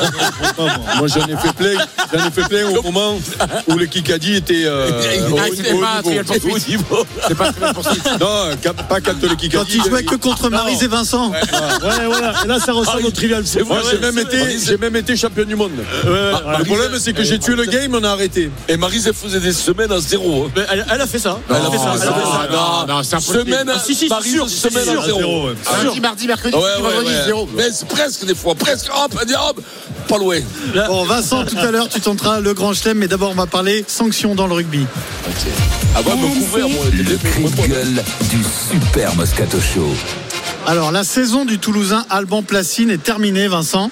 Moi j'en ai fait plein, j'en ai fait plein au moment où le Kikadi était euh, au,
Ah, c'était
au
pas
niveau.
Trial Pursuit.
Au niveau.
C'est pas très pour
Non, quand- pas quand le Kikadi.
Quand il jouait que contre Marise et Vincent.
Ouais, voilà. Et là, ça
Ah,
ressemble au trivial. C'est
Moi j'ai même été, j'ai même été champion du monde. Ah, le problème c'est que j'ai tué le game, on a arrêté.
Et Marise, elle faisait des semaines à zéro. hein.
Mais Elle, elle a fait ça.
elle a fait ça. elle a fait ça.
non, non, c'est impossible.
Semaine à
Ah, si, si, c'est
Maryse,
sûr, c'est
semaine
sûr.
à zéro.
ouais.
Ah,
Lundi, mardi, mercredi,
Ouais,
jeudi,
ouais,
vendredi,
ouais.
zéro.
Mais c'est presque des fois, presque, hop, allez, hop, pas loin.
Bon, Vincent, tout à l'heure, tu tenteras le grand chelem, mais d'abord, on va parler sanctions dans le rugby.
Avant de me couvrir, moi, les deux
Cri de gueule du Super Moscato Show.
Alors, la saison du Toulousain Alban Placine est terminée, Vincent.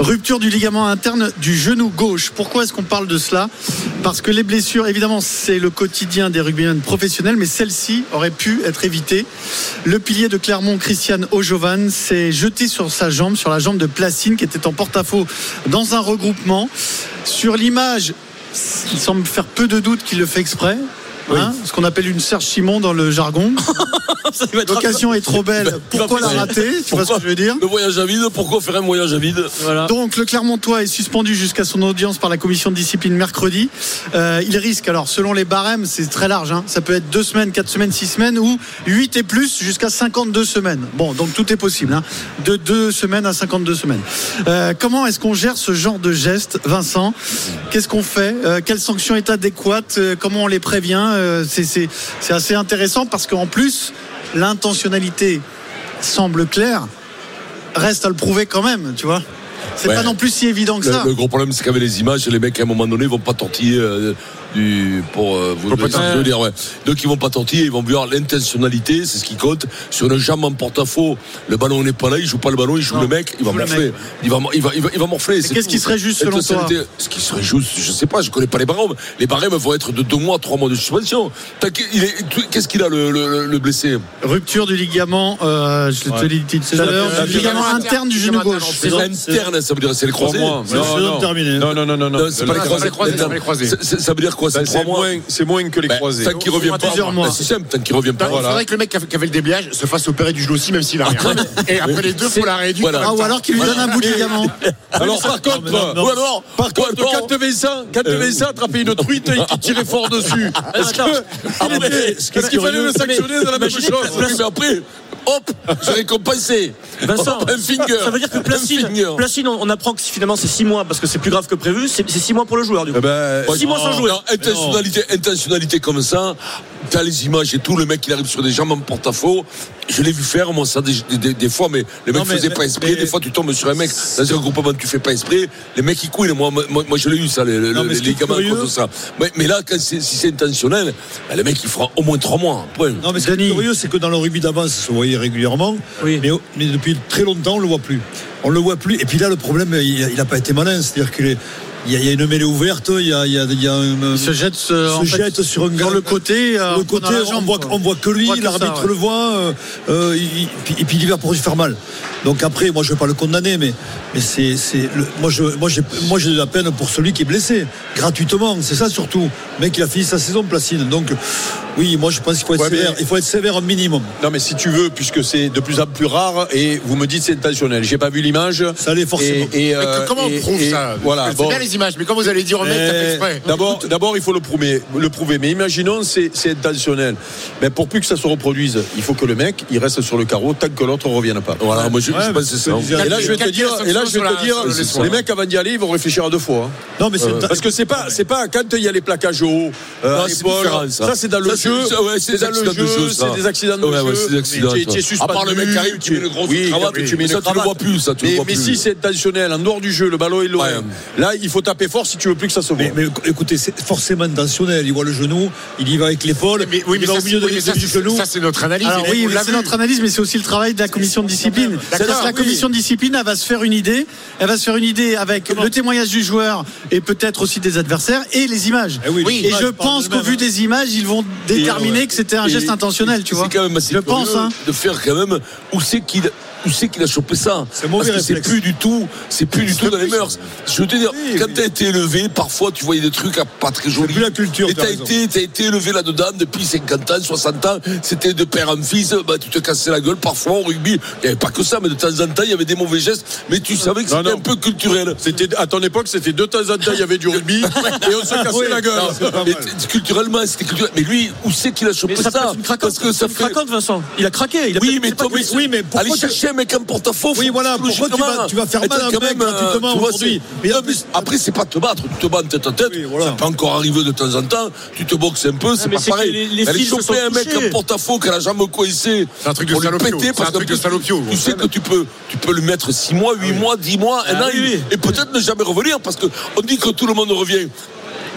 Rupture du ligament interne du genou gauche. Pourquoi est-ce qu'on parle de cela Parce que les blessures, évidemment, c'est le quotidien des rugbymen professionnels, mais celle-ci aurait pu être évitée. Le pilier de Clermont, Christian Ojovan, s'est jeté sur sa jambe, sur la jambe de Placine, qui était en porte-à-faux dans un regroupement. Sur l'image, il semble faire peu de doute qu'il le fait exprès. hein, ce qu'on appelle une Serge Simon dans le jargon.
Ça, il va être-
L'occasion est trop belle. Pourquoi la rater Tu vois ce que je veux dire
Le voyage à vide, pourquoi faire un voyage à vide
Voilà.
donc le Clermontois est suspendu jusqu'à son audience par la commission de discipline mercredi. Euh, il risque alors selon les barèmes, c'est très large, hein, ça peut être deux semaines, quatre semaines, six semaines ou 8 et plus jusqu'à 52 semaines. Bon, donc tout est possible, hein, de deux semaines à 52 semaines. Euh, comment est-ce qu'on gère ce genre de geste, Vincent Qu'est-ce qu'on fait Euh, Quelle sanction est adéquate Euh, Comment on les prévient Euh, c'est- C'est c'est assez intéressant parce qu'en plus, l'intentionnalité semble claire reste à le prouver quand même, tu vois. C'est
Ouais.
pas non plus si évident que
le,
ça.
le gros problème, c'est qu'avec les images, les mecs, à un moment donné, vont pas tortiller euh, du, pour euh, vous
pas
vous-
tortiller.
je veux dire, ouais. Donc, ils vont pas tortiller, ils vont voir l'intentionnalité, c'est ce qui compte. Sur une jambe en porte-à-faux, le ballon n'est pas là, il joue pas le ballon, il joue
Non,
le mec, il va
joue le
morfler.
mec.
Il va, il va, il va, il va morfler. c'est
qu'est-ce
tout.
qui serait juste selon
Intentionnalité. Ce qui serait juste, je sais pas, je connais pas les barèmes. Les barèmes vont être de deux mois, trois mois de suspension. T'as qu'il- il est- tu- Qu'est-ce qu'il a, le, le- le blessé
Rupture du ligament, euh, je te l'ai dit tout à l'heure, du ligament interne du genou gauche.
C'est interne, ça veut dire, c'est les
Trois
croisés.
mois.
C'est la saison terminée.
Non, non, non, non, non.
Non, c'est pas les
c'est
croisés.
pas les croisés, c'est pas les croisés.
C'est- c'est- Ça veut dire quoi
Ça,
C'est trois
Ben, C'est
mois
moins, c'est moins que les
Ben,
croisés.
Tant qu'il revient pas.
plusieurs
Ben,
mois.
C'est simple, tant qu'il revient pas.
Il
Voilà.
faudrait que le mec qui a- qui avait le déblage se fasse opérer du genou aussi, même s'il a rien. Et après les deux, faut la réduire.
Voilà.
Ah, ou alors qu'il lui donne un bout de ligament.
Alors par contre,
non, non.
ou alors, par
Ah
contre, quand te Vincent, quand te
Euh.
Vincent attrapait une truite et qu'il tirait fort dessus,
Ah,
est-ce que, est-ce qu'il fallait le sanctionner dans la même
Imaginez,
chose
Oui, mais après, hop, je vais compenser.
Vincent,
Hop, un finger.
ça veut dire que Placine,
Un finger.
Placine, on, on apprend que finalement c'est 6 mois parce que c'est plus grave que prévu, c'est 6 mois pour le joueur du coup.
Eh ben,
6 mois sans jouer.
Non, intentionnalité, intentionnalité comme ça. T'as les images et tout, le mec il arrive sur des jambes en porte-à-faux. Je l'ai vu faire, moi, ça des, des- des fois, mais le mec
Non, mais-
faisait pas
mais-
esprit.
mais-
des fois, tu tombes sur un mec dans un regroupement, tu fais pas esprit. Les mecs ils coulent. Moi, moi, moi, je l'ai eu, ça, les, les-
Non, mais
les-
ce qui
les
est
gamins à
curieux-
cause de ça. Mais, mais là, quand c'est- si c'est intentionnel, ben, le mec il fera au moins trois mois. Point.
Non, mais ce qui est
Denis.
curieux, c'est que dans le rugby d'avant, ça se voyait régulièrement.
Oui.
Mais, mais depuis très longtemps, on le voit plus. On le voit plus. Et puis là, le problème, il n'a pas été malin. C'est-à-dire qu'il est- il y, a- il y a une mêlée ouverte, il y a, il y a- il y a un-
Il se jette, euh,
se
en fait,
jette sur un
sur
gars-
le côté,
Ah,
euh,
le
en prenant
côté,
la
on
jambe,
voit,
quoi.
on voit que lui,
On voit que ça,
l'arbitre
ouais.
le voit, euh, euh, il- il- puis- et puis il va pour lui faire mal. Donc après, moi, je ne vais pas le condamner, mais, mais c'est, c'est le- moi, je, moi, j'ai, moi, j'ai de la peine pour celui qui est blessé, gratuitement. C'est ça surtout. Le mec, il a fini sa saison Placine. Donc oui, moi, je pense qu'il faut être
Ouais, mais-
sévère. Il faut être sévère un minimum.
Non mais si tu veux, puisque c'est de plus en plus rare et vous me dites c'est intentionnel. J'ai pas vu l'image.
Ça l'est forcément.
Et, et,
Mais que-
euh,
comment
et-
on prouve
et
ça
Voilà.
C'est
bon. Eh.
bien les images, mais quand vous allez dire au mec,
Eh.
t'as fait
Mais
exprès.
D'abord, d'abord, il faut le prouver. Le prouver. Mais imaginons, c'est c'est intentionnel. Mais pour plus que ça se reproduise, il faut que le mec, il reste sur le carreau tant que l'autre ne revienne pas.
Voilà, moi je, je pense que c'est ça.
Et là, je vais te
Calculer
dire,
la sanction
et là, je vais
sur la-
te dire,
sur le soir.
les mecs avant d'y aller, ils vont réfléchir à deux fois. hein.
Non, mais c'est une ta-
Parce que c'est pas, c'est pas quand il y a les plaquages au haut, euh,
Euh, Non,
à
c'est
l'épaule.
différent, ça.
ça, c'est dans le
Ça, c'est-
jeu,
ça, ouais, c'est
c'est dans
des
le
accidents de jeu,
jeu,
ça.
c'est des accidents de
Ouais, ouais,
jeu.
c'est des accidents,
Tu es-
ça.
tu es
À part le mec qui
suspendu,
arrive, tu mets une grosse cravate,
oui,
mais ça, tu le vois plus, ça, tu le
Mais-
vois
Mais
plus.
si c'est intentionnel, en dehors du jeu, le ballon est loin.
Ouais.
Là, il faut
taper fort si tu veux plus que ça se voit.
Mais, mais écoutez, c'est forcément intentionnel. Il voit le genou, il y va avec l'épaule.
Mais, oui,
il
mais
va
ça,
au milieu
c'est-
de
oui, mais
l'épaule
ça,
du
c'est-
genou.
ça, c'est notre analyse.
Alors
Et
Ah oui,
on l'a
c'est
vu.
notre analyse, mais c'est aussi le travail de la commission de discipline. C'est-à-dire que la
oui.
commission de discipline, elle va se faire une idée. Elle va se faire une idée avec le témoignage du joueur et peut-être aussi des adversaires et les images.
Eh oui, les
et
images
je
parlent hein.
pense qu'au
d'elles-mêmes,
vu des images, ils vont déterminer
ouais.
que c'était un
Et-
geste intentionnel, tu vois.
C'est quand même assez
je
curieux
pense, hein.
de faire quand même où c'est qu'il où c'est qu'il a chopé ça Parce
mauvais
que c'est
réflexe.
plus du tout, c'est plus du tout dans les mœurs. Je veux te dire, quand t'as été élevé, parfois tu voyais des trucs à pas très jolis.
plus la culture,
Et
t'as
t'as
raison.
été, t'as été élevé là-dedans depuis 50 ans, 60 ans. C'était de père en fils, bah, tu te cassais la gueule. Parfois au rugby, il n'y avait pas que ça, mais de temps en temps, il y avait des mauvais gestes. Mais tu savais que
Non,
c'était
non.
un peu culturel.
C'était à ton époque, c'était deux temps en temps, il y avait du rugby et on se cassait
Oui,
la gueule.
non, c'est pas mal. Et t- culturellement, c'était culturel. Mais lui, où c'est qu'il a chopé
Mais ça, peut
ça
être une craquante,
Parce que ça
une
fait.
craquante, Vincent. Il a craqué. Il a
Oui,
peut-être-
mais,
c'est pas
toi,
que-
mais,
oui, mais pourquoi
aller
tu-
chercher un mec en porte-à-faux.
Oui, voilà, pourquoi tu vas-
logiquement,
tu vas faire mal à
être
un
quand
mec
même, euh,
gratuitement
tu vois,
aujourd'hui
c'est-
Mais en
Non, mais
plus-
Après, c'est pas te battre. Tu te bats en tête à tête.
Oui, voilà.
Ça peut encore arriver de temps en temps. Tu te boxes un peu, c'est
mais
pas
c'est que
pareil.
les- les
Aller
fils se
choper
sont
un mec
touchés.
en porte-à-faux qu'elle a jamais coincé.
C'est un truc de
pour lui
salopio.
péter,
C'est
parce
un
qu'en
truc de
plus,
salopio.
Tu sais que tu peux, tu peux lui mettre 6 mois, 8 mois, 10 mois, un
Ah
an,
oui, oui.
et peut-être ne jamais revenir parce que on dit que tout le monde revient.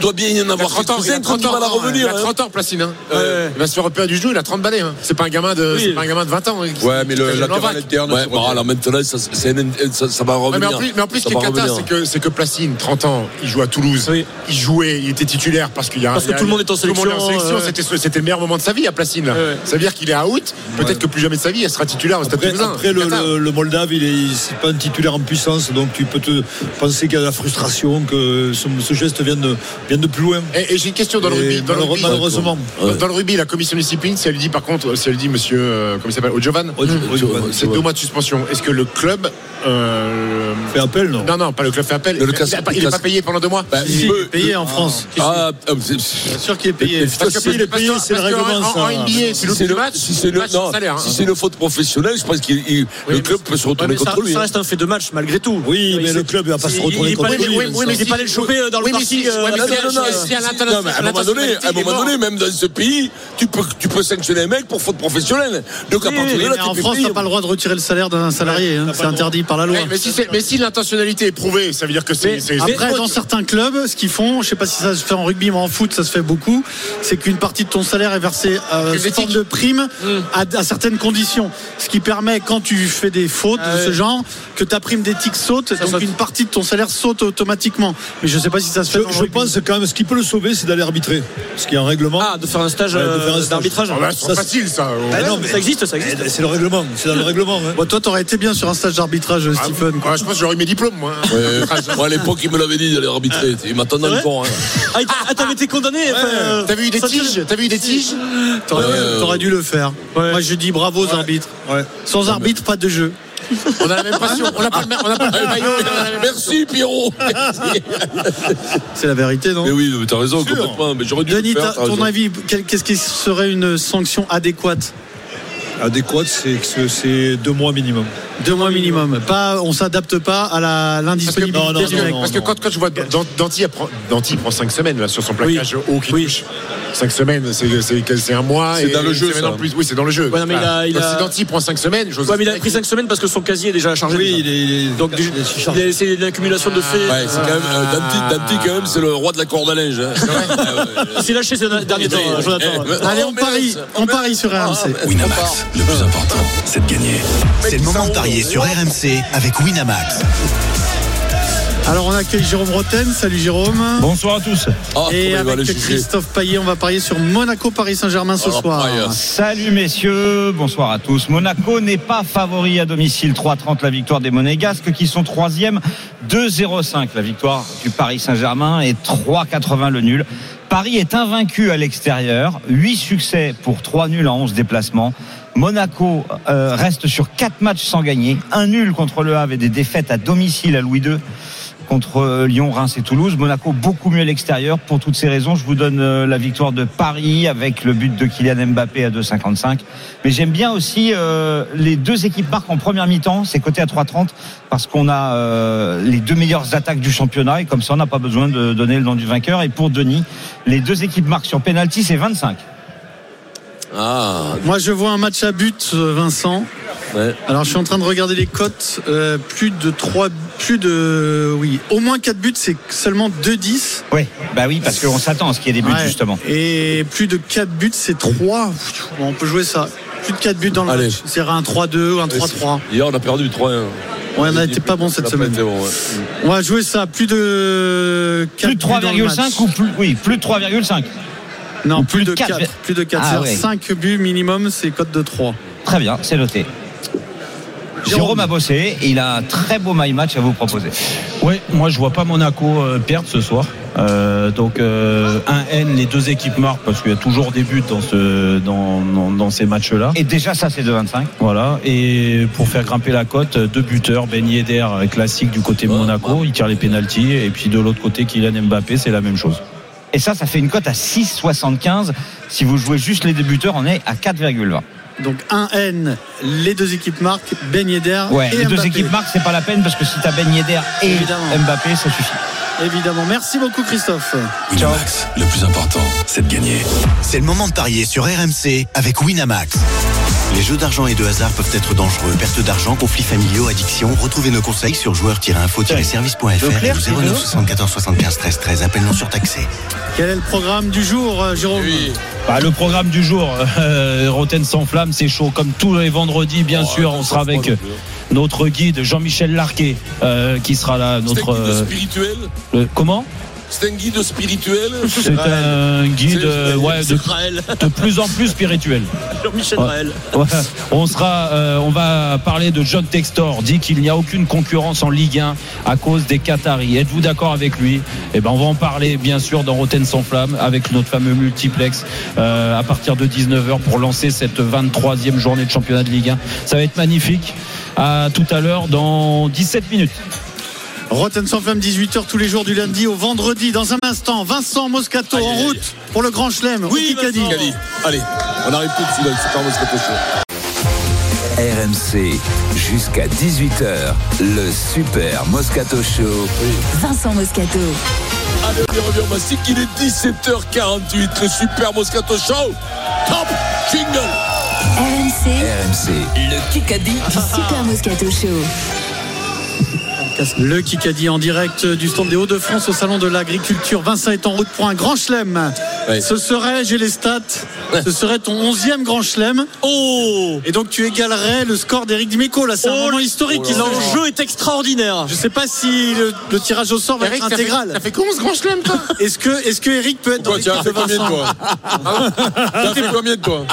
Doit bien y en
Il a
avoir
30 ans, il a
quelques-uns quand
30
il va la
ans, hein. il
revenir.
a
hein.
30 ans, Placine. hein. Euh, Il va se faire repérer du genou, il a 30 balais. hein. C'est pas un gamin de, c'est pas un gamin de 20 ans. hein, qui-
Ouais, mais le
qui-
latéral interne.
Ouais,
c'est
bon, alors maintenant, ça, c'est un- un- ça- ça va
Ouais,
revenir.
mais, en plus, mais en plus, ce
Ça
qui est
va
cata,
revenir.
c'est que, c'est que Placine, 30 ans, il joue à Toulouse. Il jouait, il était titulaire parce qu'il y a
Parce que
il y a-
tout le monde est en
tout monde
sélection, euh,
C'était, ce- c'était le meilleur moment de sa vie à Placine. là.
Ouais.
Ça veut dire qu'il est à out. Peut-être que plus jamais de sa vie, il sera titulaire au Stade
Après,
Toulousain.
après, le,
C'est cata.
le- le Moldave, il est, c'est pas un titulaire en puissance, donc tu peux te penser qu'il y a de la frustration, que ce, ce geste vient de, vient de plus loin.
Et, et j'ai une question dans le
Et
rugby. Dans le
malheureux-
rugby,
malheureusement.
Dans- dans le rugby, la commission de discipline, si elle lui dit par contre, si elle lui dit monsieur, euh, comment il s'appelle, O'Jovan,
O'Jovan,
c'est deux mois de suspension. Est-ce que le club euh,
Fait appel, non
Non, non, pas le club fait appel.
Mais le
Il a-
casse-
il a pas-
le
il n'est
casse-
pas payé pendant deux mois.
Si, payé en France.
Ah, ah, c'est-
Bien sûr qu'il est payé.
Parce que
Parce que
les pays,
parce
c'est le
que en-
règlement,
En, en
ça.
NBA, tu
si
loupes
c'est
le
le,
match,
si c'est le,
match,
non,
salaire. hein.
si c'est le faute professionnelle, je pense que le
mais
club peut se
Ouais,
retourner
mais ça,
contre lui.
ça
hein.
reste un fait de match malgré tout.
Oui, mais
il
le
s'est-
club va pas se
il-
retourner
il est
contre
pas allé-
lui,
oui,
Vincent.
oui, mais il est pas allé le choper euh, dans le
Oui, mais
parking.
si-
euh,
ouais,
avec
mais si-
la-
non, mais
euh,
si- à l'interna-
Non, mais à un moment donné, à un moment donné, même dans ce pays, tu peux, tu peux sanctionner un mec pour faute professionnelle. Donc à
Oui,
partir de là,
mais en
tu peux
France,
payer.
t'as pas le droit de retirer le salaire d'un salarié. hein. C'est interdit par la loi.
Ouais, mais si c'est- mais si l'intentionnalité est prouvée, ça veut dire que c'est. c'est- c'est-
Après, dans certains clubs, ce qu'ils font, je sais pas si ça se fait en rugby, mais en foot, ça se fait beaucoup, c'est qu'une partie de ton salaire est versée euh, sous
Helvétique.
forme de prime
Mm.
à, à certaines conditions. Ce qui permet, quand tu fais des fautes
Ah
de ce
ouais.
genre, que ta prime d'éthique saute, donc
saute.
une partie de ton salaire saute automatiquement. Mais je sais pas si ça se fait.
Je,
dans le
je
rugby.
pense quand même, ce qui peut le sauver, c'est d'aller arbitrer. Ce qui est un règlement.
Ah, de faire un stage
Ouais, de
euh,
faire un stage.
d'arbitrage.
Ah bah, c'est
Ça,
facile, ça.
Ah, non, mais-
Ça existe, ça existe.
Eh, C'est le règlement, c'est dans le règlement. hein.
Bon, toi, t'aurais été bien sur un stage d'arbitrage,
Ah,
Stephen. quoi.
ouais, je pense que j'aurais eu mes diplômes, moi.
Euh, moi, à l'époque, il me l'avait dit d'aller arbitrer. Il m'attendait
C'est
encore. Hein.
Ah, il- ah, t'avais été condamné. enfin, euh,
T'as vu des
ça tire-
tiges T'as vu des tiges
T'aurais
ouais,
t'aurais dû le faire. Moi, je dis bravo aux arbitres.
Ouais.
Sans arbitre, pas de jeu.
On a la même passion. On n'a pas le même on n'a pas le même
Ah,
maillot. on a la même-
Merci, Pierrot.
C'est la vérité, non
mais oui, mais t'as raison, complètement. Mais j'aurais dû. le
Denis,
faire,
t'as-
t'as raison.
ton avis, quel- qu'est-ce qui serait une sanction adéquate
Adéquat, c'est que c'est deux mois minimum.
Deux mois minimum. Pas, on s'adapte pas à la-
Parce que,
l'indisponibilité.
Non, non,
parce que-
non, non,
parce que
non.
quand, quand je vois Dan- Danty, elle prend- Danty il prend 5 semaines là, sur son plaquage haut qui touche. 5 semaines, c'est- c'est c'est un mois.
C'est
et
dans le
une
jeu,
semaine
ça.
en plus. Oui, c'est dans le jeu.
Ouais, non, mais il a- il
Donc,
a-
Si Danty prend 5 semaines, j'ose
Ouais, mais il a pris 5 semaines parce que son casier est déjà chargé.
Oui,
déjà.
il est, il est-
Donc,
il est-
déjà,
il est
il a- c'est l'accumulation de faits.
Ouais, c'est quand même. euh, Danti, Danti, quand même, c'est le roi de la corde à linge. hein.
Il s'est lâché ces derniers temps, euh, Jonathan.
Eh, mais-
Allez,
Oh,
on
mais
parie.
laisse.
On parie sur
Ah,
RMC.
mais-
Winamax, le plus important, c'est de gagner. C'est le moment de parier sur RMC avec Winamax.
Alors, on accueille Jérôme Roten. Salut, Jérôme.
Bonsoir à tous.
Ah, comment il
Et
va
avec
aller juger.
Christophe Payet, on va parier sur Monaco-Paris Saint-Germain ce
Oh,
soir.
pareil.
Salut messieurs, bonsoir à tous. Monaco n'est pas favori à domicile. 3-30 la victoire des Monégasques qui sont troisième. 2-0-5 la victoire du Paris Saint-Germain et 3-80 le nul. Paris est invaincu à l'extérieur. 8 succès pour 3 nuls en 11 déplacements. Monaco euh, reste sur 4 matchs sans gagner. Un nul contre le Havre et des défaites à domicile à Louis II contre euh, Lyon, Reims et Toulouse. Monaco beaucoup mieux à l'extérieur. Pour toutes ces raisons, je vous donne euh, la victoire de Paris avec le but de Kylian Mbappé à 2,55. Mais j'aime bien aussi euh, les deux équipes marquent en première mi-temps, c'est coté à 3,30 parce qu'on a euh, les deux meilleures attaques du championnat et comme ça on n'a pas besoin de donner le nom du vainqueur. Et pour Denis, les deux équipes marquent sur penalty, c'est 25.
Ah,
Moi, je vois un match à but, euh, Vincent.
ouais.
Alors, je suis en train de regarder les cotes. euh, plus de 3 plus de. Oui, au moins 4 buts, c'est seulement 2-10.
Oui, bah oui, parce qu'on s'attend à ce qu'il y ait des buts,
Ouais.
justement.
Et plus de 4 buts, c'est 3. on peut jouer ça. Plus de 4 buts dans le
Allez.
match. C'est un 3-2 ou un 3-3.
Hier, on a perdu 3-1.
Ouais, on a été pas bon cette
On a
semaine.
été bon, ouais.
On va jouer ça. Plus de 4
Plus de 3,5 ou plus. Oui, plus de 3,5.
Non,
Ou
plus, de 4.
quatre-
Plus de 4.
Ah,
C'est-à-dire
ouais.
5 buts minimum, c'est cote de 3.
Très bien, c'est noté. Jérôme. a bossé et il a un très beau my match à vous proposer.
Ouais, moi je vois pas Monaco euh, perdre ce soir. Euh, donc euh, 1N, les deux équipes marquent parce qu'il y a toujours des buts dans, ce, dans, dans- dans ces matchs-là.
Et déjà ça c'est 2,25.
Voilà. Et pour faire grimper la cote, euh, deux buteurs, Ben Yedder euh, classique du côté Monaco, il tire les pénalties. Et puis de l'autre côté, Kylian Mbappé, c'est la même chose.
Et ça, ça fait une cote à 6,75. Si vous jouez juste les débuteurs, on est à 4,20.
Donc 1N, les deux équipes marquent, Ben Yedder
Ouais,
et
les deux
Mbappé.
équipes marquent, c'est pas la peine parce que si t'as Ben Yedder et
Évidemment.
Mbappé, ça suffit.
Évidemment. Merci beaucoup, Christophe.
Winamax, le plus important, c'est de gagner. C'est le moment de parier sur RMC avec Winamax. Les jeux d'argent et de hasard peuvent être dangereux. Perte d'argent, conflits familiaux, addiction. Retrouvez nos conseils sur joueurs-info-service.fr et
Leclerc,
au
c'est
09
dehors
74 75 13 13. Appel non surtaxé.
Quel est le programme du jour, euh, Jérôme
Bah, le programme du jour, euh, Roten sans flamme, c'est chaud comme tous les vendredis, bien sûr. On sera avec notre guide Jean-Michel Larquet, euh, qui sera là. Notre euh,
Spirituel
le- comment
C'est un guide spirituel
C'est un guide euh, ouais, de, de plus en plus spirituel.
Jean-Michel
Ouais.
Raël.
Ouais. On sera, euh, on va parler de John Textor, dit qu'il n'y a aucune concurrence en Ligue 1 à cause des Qataris. Êtes-vous d'accord avec lui Eh ben, on va en parler bien sûr dans Roten sans flamme avec notre fameux multiplex euh, à partir de 19h pour lancer cette 23e journée de championnat de Ligue 1. Ça va être magnifique. À tout à l'heure dans 17 minutes.
Rotten sans flamme, 18h tous les jours du lundi au vendredi. Dans un instant, Vincent Moscato en route pour le Grand Chelem. Oui, Kikadi.
Allez, on arrive tout de suite dans le Super Moscato Show.
RMC jusqu'à 18h, le Super Moscato Show.
Vincent Moscato.
Allez, on y revient au Mastic, il est 17h48, le Super Moscato Show. Top jingle
RMC,
RMC,
le Kikadi du Super Moscato Show.
Le Kikadi en direct du stand des Hauts-de-France au salon de l'agriculture. Vincent est en route pour un grand chelem. Ce serait, j'ai les stats, ce serait ton 11e grand chelem. Oh Et donc tu égalerais le score d'Éric Dimeco. Là, c'est un moment historique. L'enjeu est extraordinaire. Je sais pas si le, le tirage au sort va
Eric,
être
ça fait-
intégral.
Ça fait 11 grands chelems, toi
Est-ce que, est-ce que Eric peut être dans
Pourquoi, tu as
l'équipe
fait combien de
Vincent
toi
Ah
T'as fait
combien de toi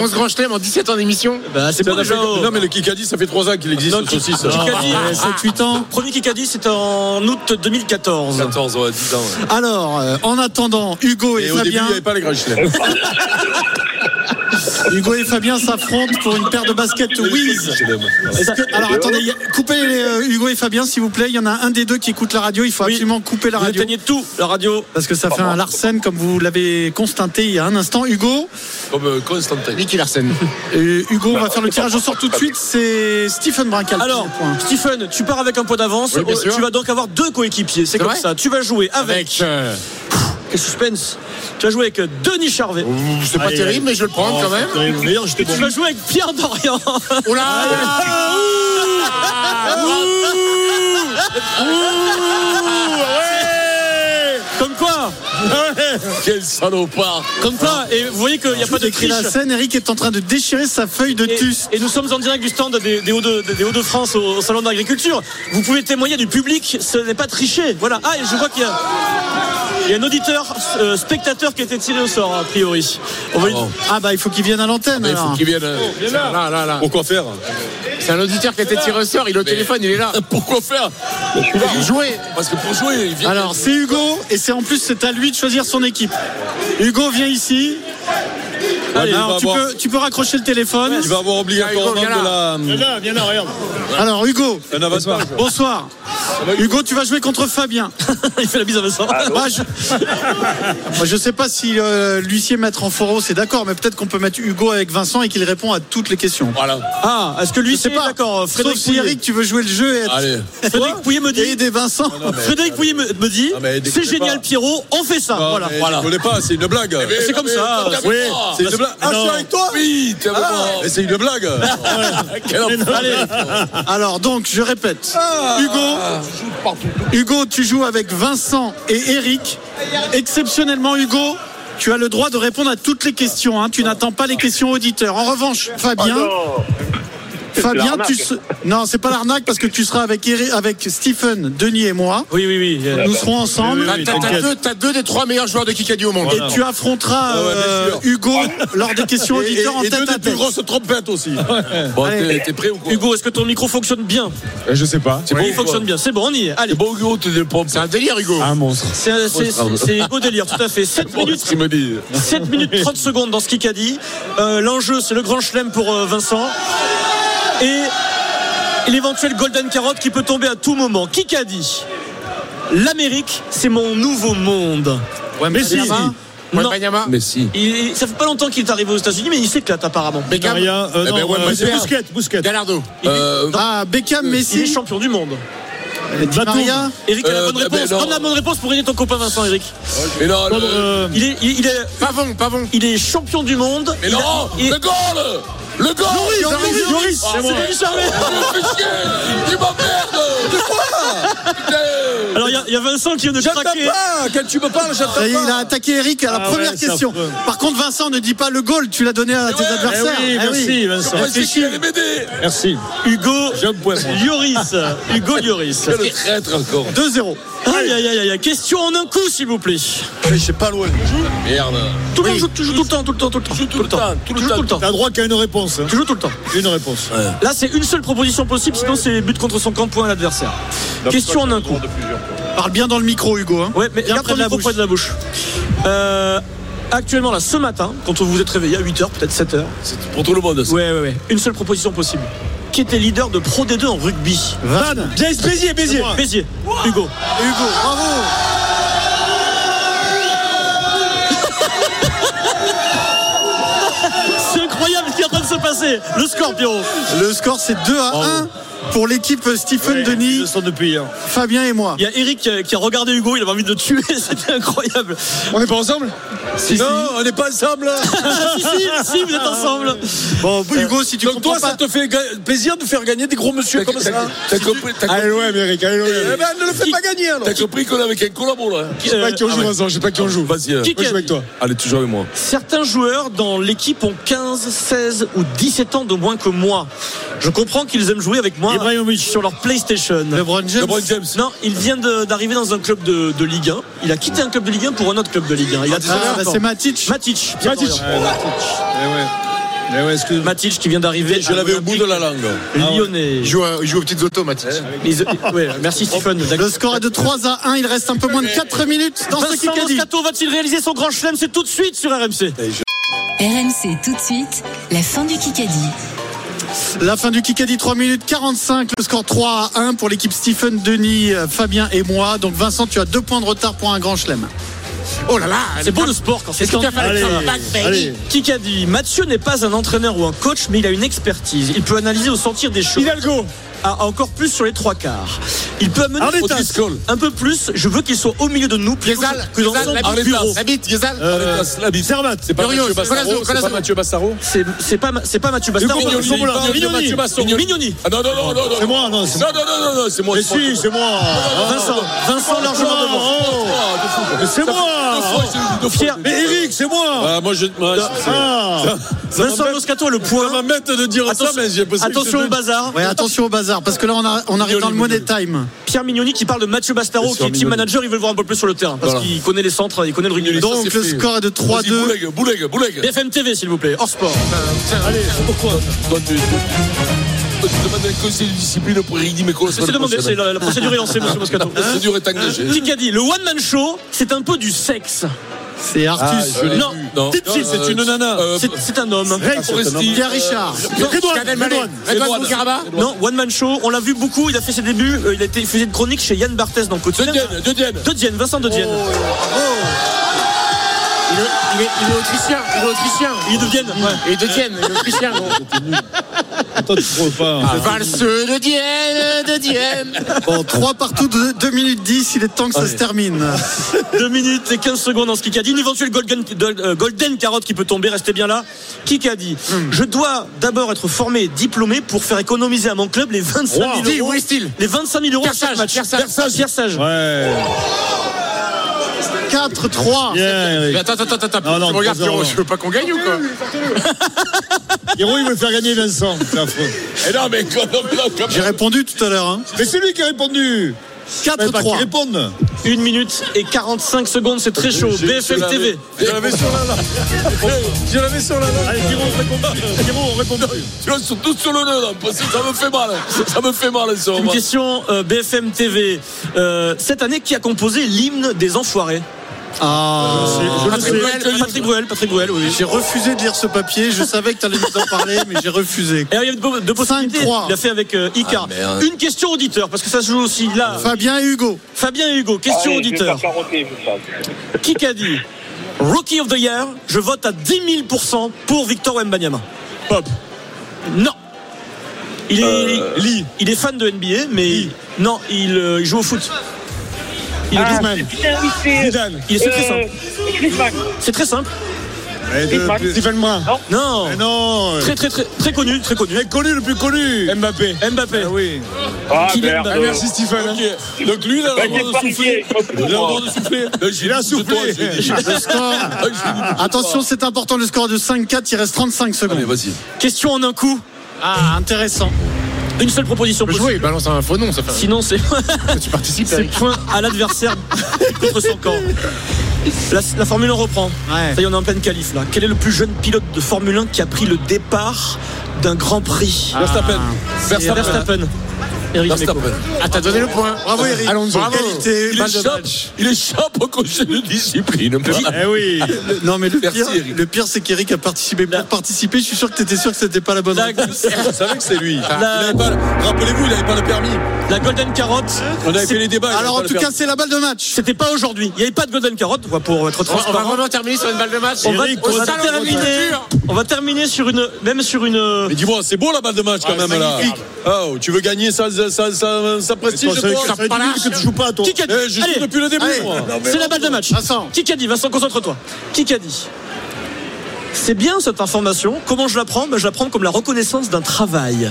11 grands chelems en 17 ans d'émission
Bah, c'est
Ça
bon,
n'a
déjà,
fait-
oh.
Non, mais le Kikadi, ça fait 3 ans qu'il existe,
Non,
ce
Kik-
saucisse.
Kikadi,
Ah, ouais.
7-8 ans.
euh, Premier Kikadi, c'était en août 2014.
14, ouais, 10 ans. ouais.
Alors, euh, en attendant, Hugo et,
Et au
Fabien.
début, il n'y avait pas les grands chelems.
Hugo et Fabien s'affrontent pour une paire de baskets Wiz. Est-ce que- alors attendez, il y a- coupez les, euh, Hugo et Fabien s'il vous plaît. Il y en a un des deux qui écoute la radio. Il faut absolument couper la
Vous
radio.
éteignez tout, la radio.
Parce que ça fait un Larsen comme vous l'avez constaté il y a un instant. Hugo,
Comme euh, Constantin.
Nicky Larsen.
euh, Hugo, on va faire le tirage au sort tout de suite. C'est Stephen Brincal.
Alors, Stephen, tu pars avec un point d'avance. Euh,
Oui, bien sûr.
tu vas donc avoir deux coéquipiers. C'est
C'est
comme
vrai
ça. Tu vas jouer avec.
Avec. euh,
Quel suspense. Tu vas jouer avec Denis Charvet.
C'est pas terrible, mais je vais le prends quand même.
Et tu vas jouer avec Pierre Dorian.
Oh là
Comme quoi
Quel salopard
Comme quoi Et vous voyez qu'il n'y a pas de triche.
la scène. Eric est en train de déchirer sa feuille de
Et,
tuste.
et nous sommes en direct du stand des, des Hauts-de- des Hauts-de-France au, au Salon de l'Agriculture. Vous pouvez témoigner du public, ce n'est pas triché. Voilà. Ah, et je vois qu'il y a, il y a un auditeur, euh, spectateur qui a été tiré au sort, a priori. On va lui-
Ah bah il faut qu'il vienne à l'antenne.
Mais il faut
alors.
qu'il vienne. euh,
Oh, Là, là, là.
Pourquoi faire
C'est un auditeur qui a été tiré au sort, il est au téléphone, il est là.
Pourquoi faire
Il jouait.
Parce que pour jouer, il vient.
Alors c'est Hugo et c'est en plus c'est à lui de choisir son équipe. Hugo viens ici. Allez,
il va
alors, tu,
avoir-
peux, tu peux raccrocher le téléphone.
Il va avoir
Ah,
obligatoirement
Viens
de la.
Alors Hugo,
Un avantage.
bonsoir. Hugo, tu vas jouer contre Fabien.
il fait la bise à Vincent.
Moi, je... Moi, je sais pas si euh, l'huissier maître en foro c'est d'accord, mais peut-être qu'on peut mettre Hugo avec Vincent et qu'il répond à toutes les questions.
Voilà.
Ah, est-ce que lui,
Je sais
c'est
pas.
d'accord euh,
Sauf
Frédéric
si
Pouillet.
Eric, tu veux jouer le jeu et être-
Allez.
Frédéric Pouillet me
et
dit.
aider Vincent.
Frédéric Pouillet me me dit,
Ah, mais déconnez
c'est génial
pas.
Pierrot, on fait ça.
Ah,
voilà.
mais
voilà.
Eh
Rigolez pas, c'est une blague.
c'est comme ça. Ah,
Oui, c'est une blague.
ben, Ah, je suis avec toi
Oui, t'es
Ah,
avec moi.
Mais c'est une blague. Quel enfer.
Allez. Alors donc, je répète. Hugo, Hugo, tu joues avec Vincent et Eric. Exceptionnellement, Hugo. Tu as le droit de répondre à toutes les questions. hein. Tu n'attends pas les questions auditeurs. En revanche, Fabien, Fabien,
l'arnaque.
tu se- non, c'est pas l'arnaque parce que tu seras avec Eri- avec Stephen, Denis et moi.
Oui, oui, oui.
Nous serons ensemble.
Ah, t'as- T'as deux, t'as deux des trois meilleurs joueurs de Kikadi au monde.
Et tu affronteras
Ah ouais, bien
euh,
sûr.
Hugo lors des questions
Et- et-
auditeurs en
et deux
tête
des
à
plus
tête.
grosses trompettes aussi.
Bon,
Allez.
t'es- t'es prêt ou quoi
Hugo, est-ce que ton micro fonctionne bien
Je sais pas.
C'est bon, il fonctionne bien. C'est bon, on y est. Allez.
C'est bon, Hugo, tu dépompes.
C'est un délire, Hugo.
Un monstre.
C'est un- c'est- c'est- c'est Hugo Délire, tout à fait. 7 minutes,
Tu me dis.
7 minutes 30 secondes dans ce Kikadi. Euh, L'enjeu, c'est le grand chelem pour euh, Vincent. Et et l'éventuel Golden Carrot qui peut tomber à tout moment. Kikadi. L'Amérique, c'est mon nouveau monde.
Ouais, mais si.
Non.
Wembanyama.
Mais si.
Il- ça fait pas longtemps qu'il est arrivé aux États-Unis, mais il s'éclate apparemment.
Beckham.
Maria, euh,
Eh ben,
non, euh, c'est
Wembanyama.
Bousquet, Bousquet.
Gallardo.
Euh,
Ah, Beckham,
Il est
Messi,
champion du monde.
Di Maria.
Eric a la bonne
Euh, ben
réponse.
non.
Prends la bonne réponse pour aider ton copain Vincent, Eric.
Mais non, le-
Euh,
Il est, il, il est,
Pavon, Pavon.
il est champion du monde.
mais
Il a-
non,
il-
le goal Le goal
Yoris, Yoris.
Ah, c'est Denis Charvet.
Tu me fais chier. Tu m'emmerdes De quoi Putain
Alors il y a- il y, a Vincent qui vient de
J'attends
craquer.
pas. Quand tu me parles, j'attends
Ça y est,
pas.
il a attaqué Eric à la
Ah
première
ouais, c'est
question.
affreux.
Par contre, Vincent, ne dis pas le goal, tu l'as donné à tes
ouais,
adversaires.
eh oui,
Eh
merci,
oui.
Vincent.
Moi, c'est qui allait m'aider
Merci.
Hugo
J'ai un point, moi.
Lloris. Hugo Lloris.
Quel traître encore
2-0.
Aïe aïe aïe aïe, aïe. Question en un coup s'il vous plaît.
Mais c'est pas loin.
Merde
Tout le, temps, joue- tu joues tout le temps, tout le temps, tout le temps. Tout le temps, tout le temps.
T'as droit qu'à une réponse. hein.
Tu joues tout le temps.
Une réponse.
Là, c'est une seule proposition possible, sinon c'est but contre son camp de points à l'adversaire. Question en un coup.
Parle bien dans le micro, Hugo. hein.
Ouais, mais
Bien
garde
près
ton
de la
micro
bouche.
près de la bouche. Euh, actuellement, là, ce matin, quand vous vous êtes réveillé à 8h, peut-être 7h.
C'est pour tout le monde, ça.
Ouais, ouais, ouais. Une seule proposition possible. Qui était leader de Pro D2 en rugby
Van.
Jace Bézier, Bézier. Bézier. Hugo.
Hugo, bravo.
C'est incroyable ce qui est en train de se passer. Le score, Pierrot.
Le score, c'est 2 à 1 pour l'équipe Stephen
Ils
Denis,
le sont depuis
hein.
hier.
Fabien et moi.
Il y a Eric qui a- qui a regardé Hugo, il avait envie de le tuer, c'était incroyable.
On n'est pas ensemble
Si,
Non, on n'est pas ensemble.
si, si, si, vous êtes ensemble.
Ah.
Euh,
Bon, Hugo, si tu
Donc
comprends
toi, ça
pas.
te fait ga- plaisir de faire gagner des gros monsieur comme ça
T'as compris, t'as compris,
Allez, ouais, Eric, allez,
Eh
ouais.
ben, ne le fais pas gagner alors.
t'as compris qu'on est avec un collabo là
Je sais pas qui on
Euh,
joue, Vincent, je sais pas qui on joue.
Vas-y, euh,
Qui-
Moi, je joue avec toi.
allez, tu joues avec moi.
Certains joueurs dans l'équipe ont 15, 16 ou 17 ans de moins que moi. Je comprends qu'ils aiment jouer avec moi
Ibrahimovic.
sur leur PlayStation.
LeBron James.
LeBron James.
Non, il vient de- d'arriver dans un club de, de Ligue 1. Il a quitté un club de Ligue 1 pour un autre club de Ligue 1. Il a
Ah,
19
bah,
ans.
c'est Matic.
Matic. Pierre
Matic.
Dorian.
Eh ouais. Eh ouais, excuse
Matic qui vient d'arriver.
Je l'avais au bout de la langue.
Lyonnais.
Il joue, à- il joue aux petites autos, Mathis.
Ils- ouais, merci Stephen.
Le score est de 3 à 1. Il reste un peu moins de 4 minutes dans ce
Vincent
Kikadi.
Moscato va-t-il réaliser son grand chelem C'est tout de suite sur RMC.
Eh,
RMC tout de suite, la fin du Kikadi.
La fin du Kikadi, 3 minutes 45. Le score 3 à 1 pour l'équipe Stephen Denis, euh, Fabien et moi. Donc Vincent, tu as 2 points de retard pour un grand chelem.
Oh là là
C'est beau le sport quand c'est
Qu'est-ce que t'as fait avec
tendu.
ça
Allez.
Qui qu'a dit Mathieu n'est pas un entraîneur ou un coach, mais il a une expertise. Il peut analyser au sentir des choses.
Hidalgo.
Ah, encore plus sur les trois quarts. Il peut amener
Arletas.
Audrey Scholl. un peu plus. Je veux qu'il soit au milieu de nous, plutôt
Gezal,
que dans son
Gezal, la bite,
bureau.
la bite, Gezal.
Euh,
Arrête, la bite.
Zervat.
C'est pas
Berrios,
Mathieu Bassaro,
Colasso,
c'est pas
Colasso.
Mathieu Bassaro
C'est c'est pas, c'est pas Mathieu Bastard.
Mignoni,
C'est pas-
Mignoni,
Mignoni.
Mathieu Bassaro.
Mignoni.
Ah non, non, non, non, non.
C'est moi, non, c'est
Non, non, non, non, non, c'est moi.
Mais
c'est moi,
si, c'est moi.
Vincent, Vincent largement devant. Ah,
Mais c'est
Deux fois,
moi.
j'ai eu deux fois.
Pierre,
Mais Eric, c'est moi.
Ah, moi, je. moi, c'est-
Ah.
Vincent Moscato a le point.
de dire ça, mais j'ai pas
Attention au bazar.
Ouais, attention au bazar, parce que là, on, a- on arrive dans le money time.
Pierre Mignoni qui parle de Mathieu Bastaro,
Bien
qui
sûr,
est team
Mignoni.
manager, il veut le voir un peu plus sur le terrain parce
Voilà.
qu'il connaît les centres, il connaît le rugby.
Donc
c'est
le
fait.
score est de
Vas-y,
3-2.
Bouleg, Bouleg, Bouleg.
BFM TV, s'il vous plaît, hors sport.
Allez, pourquoi
Toi, tu. tu- Je demande un conseil de discipline pour Rigny Mécola.
C'est demandé, c'est la, la procédure est lancée, monsieur Moscato.
La procédure est engagée.
Kikadi, le one man show, c'est un peu du sexe.
C'est Artus.
Ah, je l'ai
non,
vu. Non.
Tipsy,
Euh,
c'est une nana.
euh,
C'est- c'est un homme.
Foresti. Euh,
Pierre Richard.
Redouane, Redouane, Redouane Boukaraba.
Non, one man show, on l'a vu beaucoup, il a fait ses débuts, euh, il a été il faisait de chronique chez Yann Barthès dans Côte
De Dienne, de Dienne.
De Dienne, Vincent De Dienne.
Oh,
Il
il, est, il est autrichien. Il est autrichien.
Ils deviennent.
Et de Dienne, il est autrichien. gros.
Attends, tu trouves pas. hein.
Ah, Valseux de Dienne, de Dienne.
Bon, 3 partout, 2 minutes 10, il est temps que ça se termine.
2 minutes et 15 secondes en ce Kikadi. Une éventuelle golden, euh, golden carotte qui peut tomber, restez bien là. Kikadi,
Hmm.
je dois d'abord être formé, diplômé pour faire économiser à mon club les 25 000
Wow. Dis,
euros.
où est-il
Les 25 000 euros à chaque
Perçage,
match.
perçage.
Versage.
4-3.
Mais attends, attends, attends, attends.
Non, non,
tu me regardes,
trois
Pierrot,
heures.
je veux pas qu'on gagne ou quoi
Hiro, il veut faire gagner Vincent. C'est affreux.
Et non, mais quand non, mais non, quand
J'ai répondu tout à l'heure. hein.
Mais c'est lui qui a répondu. Mais pas
4-3.
qu'il réponde.
Une minute et 45 secondes, c'est très chaud. BFM TV.
Je l'avais sur la langue. Je l'avais sur la langue. Allez, Giroud, on répond plus. Giroud, on répond plus. Tu vois, ils sont tous sur le nœud, là, parce que ça me fait mal. Ça me fait mal, ça.
Une question euh, BFM TV. Euh, cette année, qui a composé l'hymne des enfoirés
Ah,
Patrick Bruel, euh, Patrick Bruel, Patrick Bruel, oui.
J'ai refusé de lire ce papier, je savais que tu allais nous en parler, mais j'ai refusé.
Et alors, il y a deux, deux possibilités.
5-3.
Il a fait avec euh, Icar.
Ah, merde.
Une question auditeur, parce que ça se joue aussi là.
Fabien et Hugo.
Fabien et Hugo, question auditeur. Qui a dit Rookie of the Year, je vote à 10 000% pour Victor Wembanyama. Pop. Non. Il est, Euh, il, est fan de NBA, mais non, il, euh, il joue au foot. Il est
Ah,
Griezmann.
putain, oui, c'est-
Zidane. Il est c'est très
euh,
simple. C'est très simple.
Stephen Brun.
Non.
Mais non.
Très très très très connu, très connu.
Connu, le plus connu.
Mbappé.
Mbappé.
oui.
Ah,
Kylian
merde.
Mbappé.
Merci, Stephen.
Ok. Donc lui, il a
Bah,
le droit de
j'ai
souffler.
parié.
Il a le droit de souffler.
Il a soufflé.
Le score. Attention, c'est important, le score est de 5-4, il reste 35 secondes.
Allez, vas-y.
Question en un coup.
Ah, intéressant.
Une seule proposition
Jouer,
possible.
il balance un faux nom, ça fait.
Sinon, c'est
Tu participes,
c'est
Eric.
point à l'adversaire contre son camp. La, la Formule 1 reprend.
Ouais.
Ça y est, on est en pleine qualif là. Quel est le plus jeune pilote de Formule 1 qui a pris le départ d'un Grand Prix
Ah.
Verstappen.
Verstappen. Verstappen. Eric
Verstappen.
Dimeco.
Ah, t'as donné le point.
Bravo Eric.
Alonso.
Bravo. Qualité,
Il
balle de
échappe,
match.
il échappe au coach de discipline.
Eh oui.
Le- Non mais le
Merci,
pire,
Eric.
le pire c'est qu'Eric a participé pour participer. Je suis sûr que t'étais sûr que c'était pas la bonne
La,
réponse.
Vous savez que c'est lui.
La-
Il avait pas le- Rappelez-vous, il n'avait pas le permis.
la Golden Carotte.
On avait
c'est-
fait les débats. il avait
Alors
pas
en
le
tout
permis.
cas c'est la balle de match.
C'était pas aujourd'hui. Il n'y avait pas de Golden Carotte quoi, pour euh, être
On va- on va
transparent.
vraiment terminer sur une balle de match.
On va,
Eric,
on
au
va
salon de
terminer,
l'agriculture.
on va terminer sur une, même sur une.
Mais dis-moi, c'est beau la balle de match quand
Ouais,
même là.
magnifique.
Oh, tu veux gagner ça, ça, ça, ça, ça prestige
Toi, c'est
toi
ça
pas
dit
lâche.
que tu joues pas, toi.
Qui a dit
Eh, Je suis
Allez,
depuis le début
Allez.
moi.
C'est la balle de match.
Vincent.
Qui a dit Vincent, concentre-toi. Qui a dit C'est bien cette information. Comment je la prends Ben, Je la prends comme la reconnaissance d'un travail.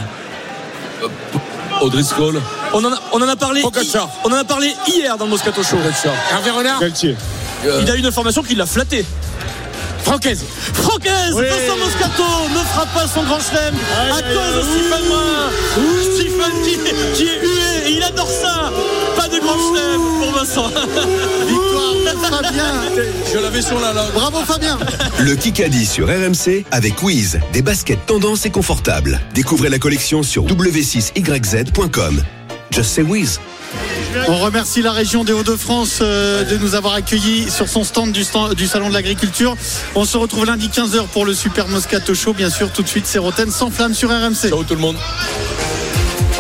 Audrey Scholl.
On en a, on en a parlé.
Pogacar.
On en a parlé hier dans le Moscato Show.
Hervé Renard.
Galtier.
Il a eu une information qui l'a flatté.
Francaise.
Francaise, Vincent Moscato ne frappe pas son grand chelem à cause de Stephen Brun. Stephen qui, qui est hué et il adore ça. Pas de grand chelem pour Vincent.
Victoire de Fabien.
Je l'avais sur la langue.
Bravo Fabien.
Le Kikadi sur RMC avec Wiz, des baskets tendance et confortables. Découvrez la collection sur w6yz.com. Just say Wiz.
On remercie la région des Hauts-de-France euh, de nous avoir accueillis sur son stand du, stand- du salon de l'agriculture. On se retrouve lundi 15h pour le Super Moscato Show. Bien sûr, tout de suite, c'est Roten sans flamme sur RMC.
Ciao tout le monde.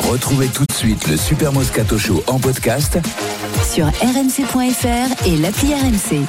Retrouvez tout de suite le Super Moscato Show en podcast
Sur rmc.fr et l'appli RMC.